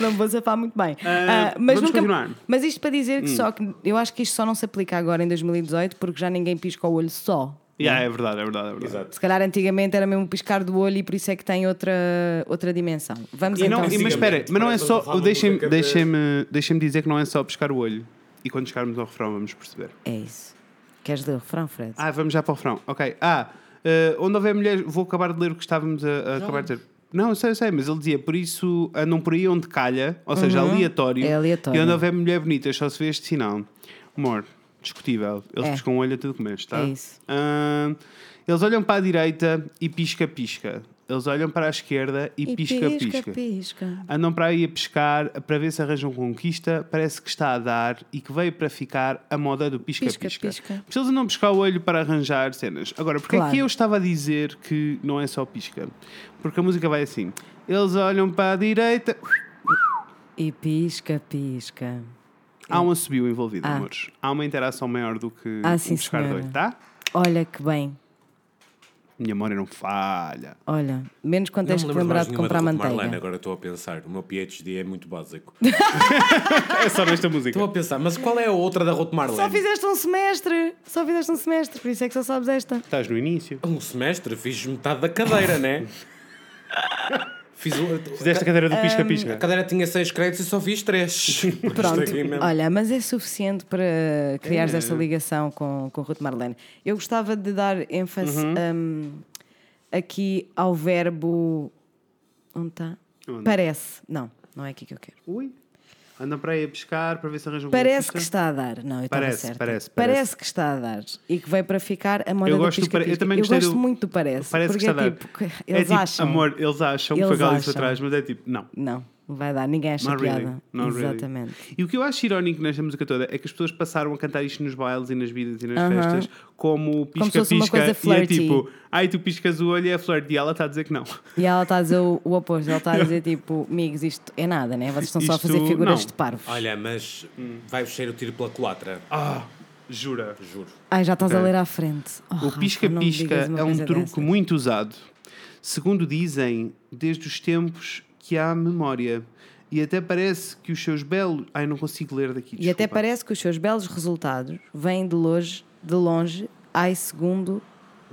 Speaker 1: não vou safar muito bem. Ah, mas,
Speaker 2: vamos
Speaker 1: nunca,
Speaker 2: continuar. Hum.
Speaker 1: mas isto para dizer que só que eu acho que isto só não se aplica agora em 2018 porque já ninguém pisca o olho só.
Speaker 2: yeah, é verdade, é verdade, é verdade.
Speaker 1: Se calhar antigamente era mesmo piscar do olho e por isso é que tem outra, outra dimensão. Vamos
Speaker 2: E não,
Speaker 1: então.
Speaker 2: e- mas espera, mas não é só. Deixem-me deixem deixem dizer que não é só pescar o olho. E quando chegarmos ao refrão vamos perceber.
Speaker 1: É isso. Queres ler o refrão, Fred?
Speaker 2: Ah, vamos já para o refrão. Ok. Ah, eh, onde houver mulheres. Vou acabar de ler o que estávamos a, a acabar de dizer. Não, eu sei, eu sei, mas ele dizia, por isso andam por aí onde calha, ou seja, aleatório.
Speaker 1: É aleatório.
Speaker 2: E onde houver mulher bonita, só se vê este sinal. Amor, discutível. Eles
Speaker 1: É.
Speaker 2: piscam o olho a tudo que mexe, tá?
Speaker 1: É isso.
Speaker 2: Ah, eles olham para a direita e pisca-pisca. Eles olham para a esquerda e pisca-pisca.
Speaker 1: pisca.
Speaker 2: Andam para aí a pescar para ver se arranjam conquista. Parece que está a dar e que veio para ficar a moda do pisca-pisca.
Speaker 1: Pisca-pisca.
Speaker 2: Mas eles andam a pescar o olho para arranjar cenas. Agora, porque é
Speaker 1: Claro.
Speaker 2: que eu estava a dizer que não é só pisca? Porque a música vai assim. Eles olham para a direita.
Speaker 1: E pisca, pisca.
Speaker 2: Há um assobio envolvido,
Speaker 1: Ah.
Speaker 2: amores. Há uma interação maior do que
Speaker 1: Ah,
Speaker 2: um
Speaker 1: sim,
Speaker 2: pescar de
Speaker 1: senhora.
Speaker 2: olho, tá?
Speaker 1: Olha que bem.
Speaker 2: Minha memória não falha.
Speaker 1: Olha, menos quando tens que
Speaker 7: me lembro
Speaker 1: lembrar
Speaker 7: mais
Speaker 1: de
Speaker 7: nenhuma
Speaker 1: comprar
Speaker 7: da Ruth
Speaker 1: manteiga.
Speaker 7: Marlene, agora estou a pensar. O meu PhD é muito básico.
Speaker 2: É só nesta música.
Speaker 7: estou a pensar, mas qual é a outra da Ruth Marlene?
Speaker 1: Só fizeste um semestre! Só fizeste um semestre, por isso é que só sabes esta.
Speaker 2: Estás no início.
Speaker 7: Um semestre fiz metade da cadeira, né? fiz o...
Speaker 2: Fizeste a cadeira do
Speaker 1: Hum,
Speaker 7: A
Speaker 2: pisca-pisca.
Speaker 7: cadeira tinha seis créditos e só fiz três.
Speaker 1: Pronto,
Speaker 7: Isto aqui mesmo.
Speaker 1: olha, mas é suficiente para
Speaker 2: É.
Speaker 1: criares esta ligação com, com Ruth Marlene. Eu gostava de dar ênfase
Speaker 2: Uhum.
Speaker 1: hum, aqui ao verbo. Onde está?
Speaker 2: Onde?
Speaker 1: Parece. Não, não é aqui que eu quero.
Speaker 2: Ui. Andam para aí a pescar para ver se arranjam
Speaker 1: Parece que
Speaker 2: conquista.
Speaker 1: está a dar. Não, eu estava
Speaker 2: Parece,
Speaker 1: certa.
Speaker 2: parece, parece.
Speaker 1: parece. que está a dar. E que vai para ficar a moda
Speaker 2: Eu
Speaker 1: do
Speaker 2: gosto do
Speaker 1: pisca-pisca.
Speaker 2: pare- eu também gostei
Speaker 1: gosto
Speaker 2: do-
Speaker 1: muito do parece.
Speaker 2: Parece
Speaker 1: porque
Speaker 2: que está a
Speaker 1: é
Speaker 2: dar.
Speaker 1: tipo, que eles
Speaker 2: é tipo,
Speaker 1: acham.
Speaker 2: amor, eles acham,
Speaker 1: Eles
Speaker 2: foi o que ela disse
Speaker 1: acham.
Speaker 2: atrás, mas é tipo, não.
Speaker 1: Não, não vai dar. Ninguém acha
Speaker 2: Not
Speaker 1: piada.
Speaker 2: really. Not really.
Speaker 1: Exatamente.
Speaker 2: E o que eu acho irónico nesta música toda é que as pessoas passaram a cantar isto nos bailes e nas vidas e nas
Speaker 1: Aham.
Speaker 2: festas como
Speaker 1: se fosse uma
Speaker 2: pisca-pisca
Speaker 1: coisa
Speaker 2: e é
Speaker 1: flirty.
Speaker 2: tipo, ai tu piscas o olho e é flirt e ela está a dizer que não.
Speaker 1: E ela está a dizer o, o oposto. Ela está a dizer tipo, amigos, isto é nada, né? Vocês estão só a
Speaker 2: Isto-
Speaker 1: fazer figuras
Speaker 2: não.
Speaker 1: de parvos.
Speaker 7: Olha, mas vai-vos sair o tiro pela culatra,
Speaker 2: Hum. Ah, jura.
Speaker 7: juro.
Speaker 1: Ai, já estás a
Speaker 2: Ok.
Speaker 1: ler à frente. Oh,
Speaker 2: O
Speaker 1: Rafa, não me
Speaker 2: pisca-pisca
Speaker 1: digas uma
Speaker 2: é um
Speaker 1: coisa
Speaker 2: truque
Speaker 1: dessas.
Speaker 2: muito usado. Segundo dizem, desde os tempos que há memória. E até parece que os seus belos. Ai, não consigo ler daqui.
Speaker 1: E até
Speaker 2: desculpa.
Speaker 1: parece que os seus belos resultados vêm de longe, de longe, ai, segundo,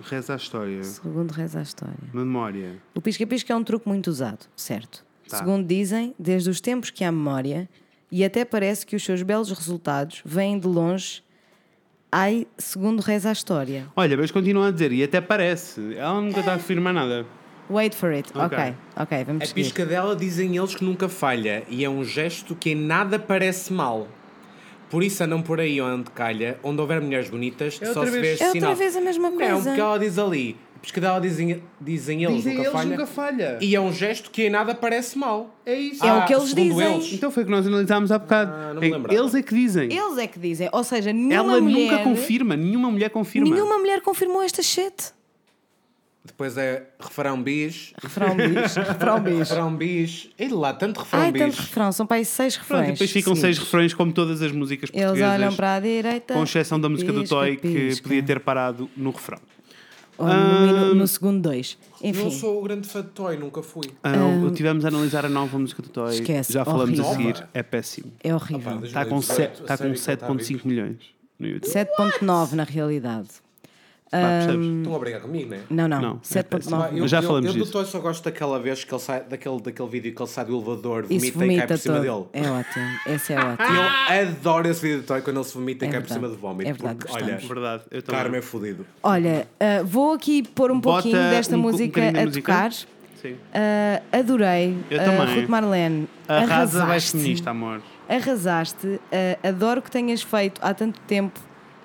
Speaker 2: Reza a história.
Speaker 1: segundo reza a história.
Speaker 2: Memória.
Speaker 1: O pisca-pisca é um truque muito usado, certo?
Speaker 2: Tá.
Speaker 1: Segundo dizem, desde os tempos que há memória, e até parece que os seus belos resultados vêm de longe, ai, segundo reza a história.
Speaker 2: Olha, mas continua a dizer, e até parece. Ela nunca está a afirmar nada.
Speaker 1: Wait for it. Ok,
Speaker 2: Ok. É
Speaker 1: ok, vamos
Speaker 7: A
Speaker 1: seguir.
Speaker 7: piscadela dizem eles que nunca falha e é um gesto que em nada parece mal. Por isso andam por aí onde calha, onde houver mulheres bonitas, só
Speaker 2: outra
Speaker 7: se vê
Speaker 2: vez-
Speaker 7: este
Speaker 1: É outra
Speaker 7: sinal.
Speaker 1: vez a mesma
Speaker 7: Não,
Speaker 1: coisa.
Speaker 7: porque ela diz ali, a piscadela dizem, dizem eles,
Speaker 2: Dizem
Speaker 7: nunca,
Speaker 2: eles
Speaker 7: falha,
Speaker 2: nunca falha.
Speaker 7: E é um gesto que em nada parece mal.
Speaker 2: É isso.
Speaker 1: É o que eles
Speaker 7: segundo
Speaker 1: dizem.
Speaker 7: eles.
Speaker 2: Então foi o que nós analisámos há bocado.
Speaker 7: Ah, não me
Speaker 2: É-
Speaker 7: lembrava.
Speaker 2: eles é que dizem.
Speaker 1: Eles é que dizem, ou seja, nenhuma
Speaker 2: Ela
Speaker 1: mulher,
Speaker 2: nunca confirma, nenhuma mulher confirma.
Speaker 1: nenhuma mulher confirmou esta shit.
Speaker 7: Depois é refrão bis,
Speaker 1: Refrão bis, refrão bis.
Speaker 7: refrão bis. E lá, tanto refrão
Speaker 1: Ai,
Speaker 7: bis.
Speaker 1: tanto refrão, são para aí seis refrões.
Speaker 2: Pronto, e depois ficam seis
Speaker 1: seguidos.
Speaker 2: refrões, como todas as músicas portuguesas.
Speaker 1: Eles olham para a direita.
Speaker 2: Com exceção da música do
Speaker 1: pisca,
Speaker 2: Toy, que
Speaker 1: pisca.
Speaker 2: podia ter Ah. parado no refrão.
Speaker 1: Ou no, minu- no segundo dois.
Speaker 7: Não
Speaker 1: Enfim,
Speaker 7: sou o grande fã de Toy, nunca fui.
Speaker 2: Ah, não, Tivemos a analisar a nova música do Toy.
Speaker 1: Esquece,
Speaker 2: Já falamos a
Speaker 1: horrível.
Speaker 2: seguir. É péssimo.
Speaker 1: é horrível.
Speaker 2: Está com, se- tá com 7,5 milhões no YouTube.
Speaker 1: 7.9 na realidade.
Speaker 2: Pá, percebes?
Speaker 7: Estão a brigar comigo, né?
Speaker 1: Não, não.
Speaker 2: Não, é péssimo.
Speaker 1: 7.9.
Speaker 2: Mas já falamos
Speaker 7: eu, eu
Speaker 2: disso.
Speaker 7: do Toy só gosto daquela vez que ele sai, daquele, daquele vídeo que ele sai do elevador, vomita,
Speaker 1: Isso
Speaker 7: e cai
Speaker 1: vomita
Speaker 7: por cima
Speaker 1: todo.
Speaker 7: dele.
Speaker 1: É ótimo. Esse é ótimo.
Speaker 7: Eu adoro esse vídeo do Toy quando ele se vomita e
Speaker 1: É
Speaker 7: cai por
Speaker 1: verdade.
Speaker 7: cima do vómito.
Speaker 1: É verdade,
Speaker 7: porque, olha,
Speaker 2: É Verdade. Eu também.
Speaker 7: Carmo é fodido.
Speaker 1: Olha, ah, vou aqui pôr um
Speaker 2: Bota
Speaker 1: pouquinho desta
Speaker 2: um co- um
Speaker 1: música
Speaker 2: bocadinho da
Speaker 1: a
Speaker 2: música.
Speaker 1: tocar.
Speaker 2: Sim.
Speaker 1: Ah, adorei.
Speaker 2: Eu
Speaker 1: Ah,
Speaker 2: também.
Speaker 1: Ruth Marlene,
Speaker 2: Arrasa vais
Speaker 1: arrasaste.
Speaker 2: feminista, amor.
Speaker 1: Arrasaste. Ah, adoro que tenhas feito há tanto tempo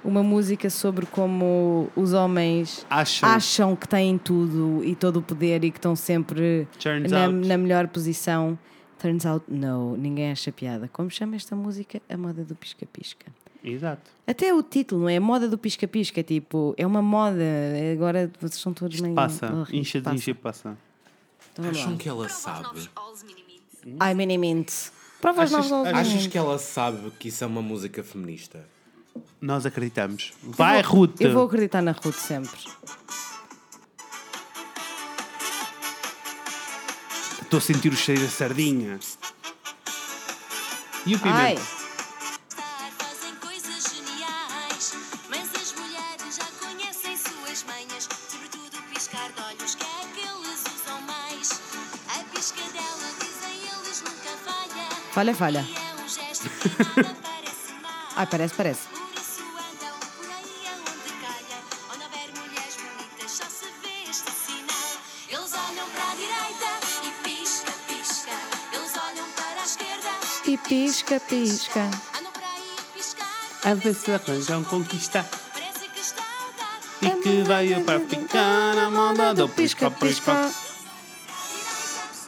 Speaker 1: uma música sobre como os homens
Speaker 2: Acham.
Speaker 1: acham que têm tudo e todo o poder e que estão sempre
Speaker 2: Turns
Speaker 1: na,
Speaker 2: out.
Speaker 1: na melhor posição. Turns out, no, ninguém acha piada. Como chama esta música? A moda do pisca-pisca.
Speaker 2: Exato.
Speaker 1: Até o título, não é? A moda do pisca-pisca, é tipo, é uma moda. Agora vocês são todos meio.
Speaker 2: Passa.
Speaker 1: Oh,
Speaker 2: Incha,
Speaker 1: passa.
Speaker 2: desincha e passa.
Speaker 1: Então vamos lá.
Speaker 7: que ela sabe?
Speaker 1: Ai, minimamente. Provas
Speaker 2: Achas-
Speaker 1: novas aos
Speaker 7: Achas
Speaker 1: ouvintes.
Speaker 7: que ela sabe que isso é uma música feminista?
Speaker 2: Nós acreditamos. Vai,
Speaker 1: Eu vou-
Speaker 2: Ruth.
Speaker 1: Eu vou acreditar na Ruth sempre.
Speaker 2: Estou a sentir o cheiro da sardinha. E o
Speaker 1: Ai,
Speaker 2: pimento?
Speaker 5: Fazem coisas geniais, mas as mulheres já conhecem suas manhas. Sobretudo o piscar de olhos, que é que eles usam mais. A piscadela, dizem eles, nunca falha.
Speaker 1: falha, falha.
Speaker 5: E é um gesto que nada parece mal.
Speaker 1: Ai, parece, parece.
Speaker 5: Por isso andam por aí aonde calha. Onde houver mulheres bonitas, só se vê este sinal. Eles olham para a direita e
Speaker 1: e pisca, pisca.
Speaker 5: Andam por aí a piscar,
Speaker 2: A ver se arranjam um conquista
Speaker 5: parece que está a dar.
Speaker 1: É
Speaker 2: e que veio para ficar na moda do pisca, pisca.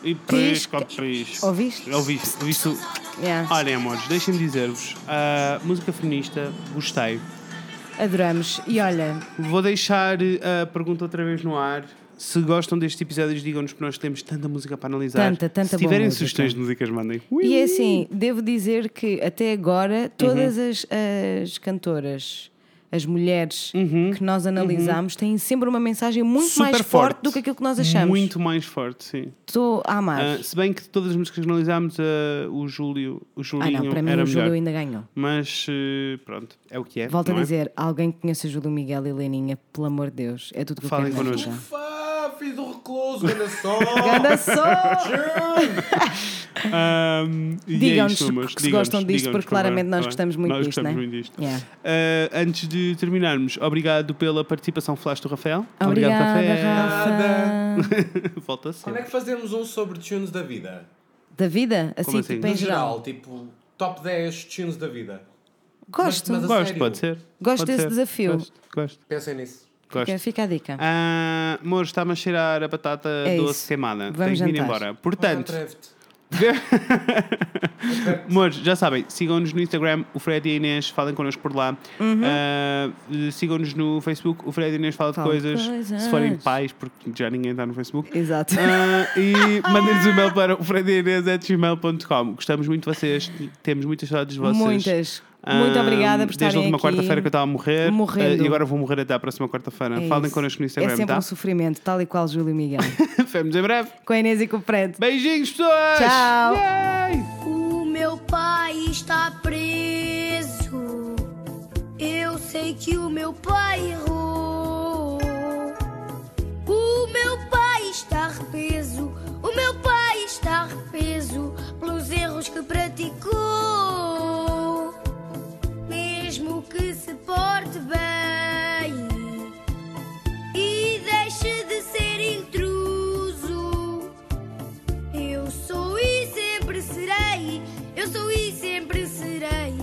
Speaker 2: E pisca, pisca.
Speaker 1: Ouviste? É.
Speaker 2: Ouviste? Ouviste? o-
Speaker 1: Yeah.
Speaker 2: Olhem, amores, deixem-me dizer-vos: a música feminista, gostei.
Speaker 1: Adoramos. E olha,
Speaker 2: Vou deixar eh, a pergunta outra vez no ar. Se gostam destes episódios, digam-nos que nós temos tanta música para analisar.
Speaker 1: Tanta, tanta
Speaker 2: Se
Speaker 1: boa
Speaker 2: tiverem
Speaker 1: música.
Speaker 2: sugestões de músicas, mandem.
Speaker 1: e é assim, devo dizer que até
Speaker 2: Uhum.
Speaker 1: agora todas as, as cantoras, as mulheres que nós analisamos têm sempre uma mensagem muito mais
Speaker 2: Uhum. Super
Speaker 1: forte, do que aquilo que nós achamos.
Speaker 2: Muito mais forte, sim.
Speaker 1: Estou a amar.
Speaker 2: Ah, se bem que de todas as músicas que analisámos, ah, o Júlio, o
Speaker 1: ah,
Speaker 2: Julinho
Speaker 1: não, para mim
Speaker 2: era
Speaker 1: o
Speaker 2: melhor.
Speaker 1: Júlio ainda ganhou.
Speaker 2: Mas eh, pronto, é o que é.
Speaker 1: Volto a
Speaker 2: não é?
Speaker 1: dizer, alguém que conheça Júlio Miguel e Leninha, pelo amor de Deus, é tudo que eu
Speaker 2: Falem
Speaker 1: quero nesta
Speaker 2: connosco.
Speaker 1: vida.
Speaker 6: Fá, fiz o recluso, olha só.
Speaker 1: Ganda só!
Speaker 2: Ahm, e é
Speaker 1: Digam-nos
Speaker 2: isto, amores,
Speaker 1: que se
Speaker 2: digam-nos,
Speaker 1: gostam disto,
Speaker 2: digam-nos,
Speaker 1: porque
Speaker 2: por favor,
Speaker 1: claramente
Speaker 2: tá
Speaker 1: nós
Speaker 2: bem?
Speaker 1: gostamos muito
Speaker 2: Nós
Speaker 1: disto,
Speaker 2: gostamos
Speaker 1: não é?
Speaker 2: muito disto.
Speaker 1: Yeah.
Speaker 2: Ah, antes de terminarmos, obrigado pela participação flash do Rafael.
Speaker 1: Obrigada,
Speaker 2: Rafael.
Speaker 1: Rafa.
Speaker 2: Volta sempre.
Speaker 7: Quando é que fazemos um sobre tunes da vida?
Speaker 1: Da vida? Assim,
Speaker 2: assim?
Speaker 1: tipo, em
Speaker 7: No
Speaker 1: geral.
Speaker 7: geral, tipo, top 10 tunes da vida.
Speaker 1: Gosto.
Speaker 7: Mas- mas a-
Speaker 2: Gosto,
Speaker 7: Sério?
Speaker 2: pode ser.
Speaker 1: Gosto
Speaker 2: Pode
Speaker 1: desse
Speaker 2: ser.
Speaker 1: desafio. é
Speaker 2: Gosto, gosto.
Speaker 7: Pensem nisso.
Speaker 1: Fica,
Speaker 2: gosto.
Speaker 1: fica a dica.
Speaker 2: Ah, amor, está-me a cheirar a batata
Speaker 1: É
Speaker 2: doce
Speaker 1: isso.
Speaker 2: queimada.
Speaker 1: Vamos
Speaker 2: Tenho que ir
Speaker 1: jantar.
Speaker 2: embora. Portanto,
Speaker 7: Atreve-te.
Speaker 2: Amores, já sabem, sigam-nos no Instagram, o Fred e a Inês, falem connosco por lá.
Speaker 1: Uhum.
Speaker 2: Ah, sigam-nos no Facebook, o Fred e a Inês falam de
Speaker 1: Falam de
Speaker 2: coisas,
Speaker 1: coisas.
Speaker 2: Se forem pais, porque já ninguém está no Facebook.
Speaker 1: Exato.
Speaker 2: Ah, e mandem-nos um e-mail para o fredeinês.gmail.com. Gostamos muito de vocês, temos muitas saudades de vocês.
Speaker 1: Muitas. Muito
Speaker 2: Ah,
Speaker 1: obrigada por
Speaker 2: Desde a
Speaker 1: estarem
Speaker 2: última
Speaker 1: aqui.
Speaker 2: quarta-feira que eu estava a morrer.
Speaker 1: Morrendo.
Speaker 2: ah, e agora vou morrer até à próxima quarta-feira.
Speaker 1: É
Speaker 2: Falem
Speaker 1: isso.
Speaker 2: connosco no Instagram,
Speaker 1: É sempre
Speaker 2: tá?
Speaker 1: um sofrimento, tal e qual Júlio Miguel.
Speaker 2: Vemos em breve.
Speaker 1: com a Inês e com o Fred.
Speaker 2: Beijinhos, pessoas!
Speaker 1: Tchau.
Speaker 2: Yay!
Speaker 8: O meu pai está preso. Eu sei que o meu pai errou. O meu pai está preso. O meu pai está preso pelos erros que praticou. Mesmo que se porte bem e deixe de ser intruso. Eu sou e sempre serei, eu sou e sempre serei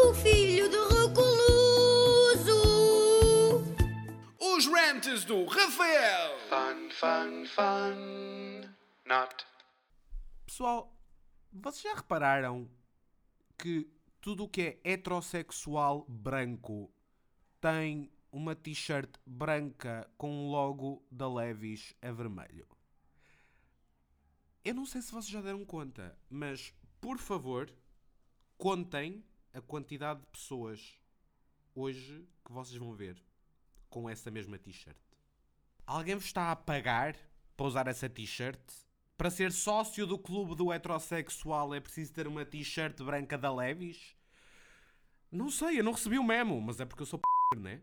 Speaker 8: o filho do recluso.
Speaker 2: Os rentes do Rafael!
Speaker 6: Pessoal, vocês já repararam que tudo o que é heterossexual branco tem uma t-shirt branca com o logo da Levis a vermelho? Eu não sei se vocês já deram conta, mas por favor, contem a quantidade de pessoas hoje que vocês vão ver com essa mesma t-shirt. Alguém vos está a pagar para usar essa t-shirt? Para ser sócio do clube do heterossexual é preciso ter uma t-shirt branca da Levis? Não sei, eu não recebi o memo, mas é porque eu sou p, né?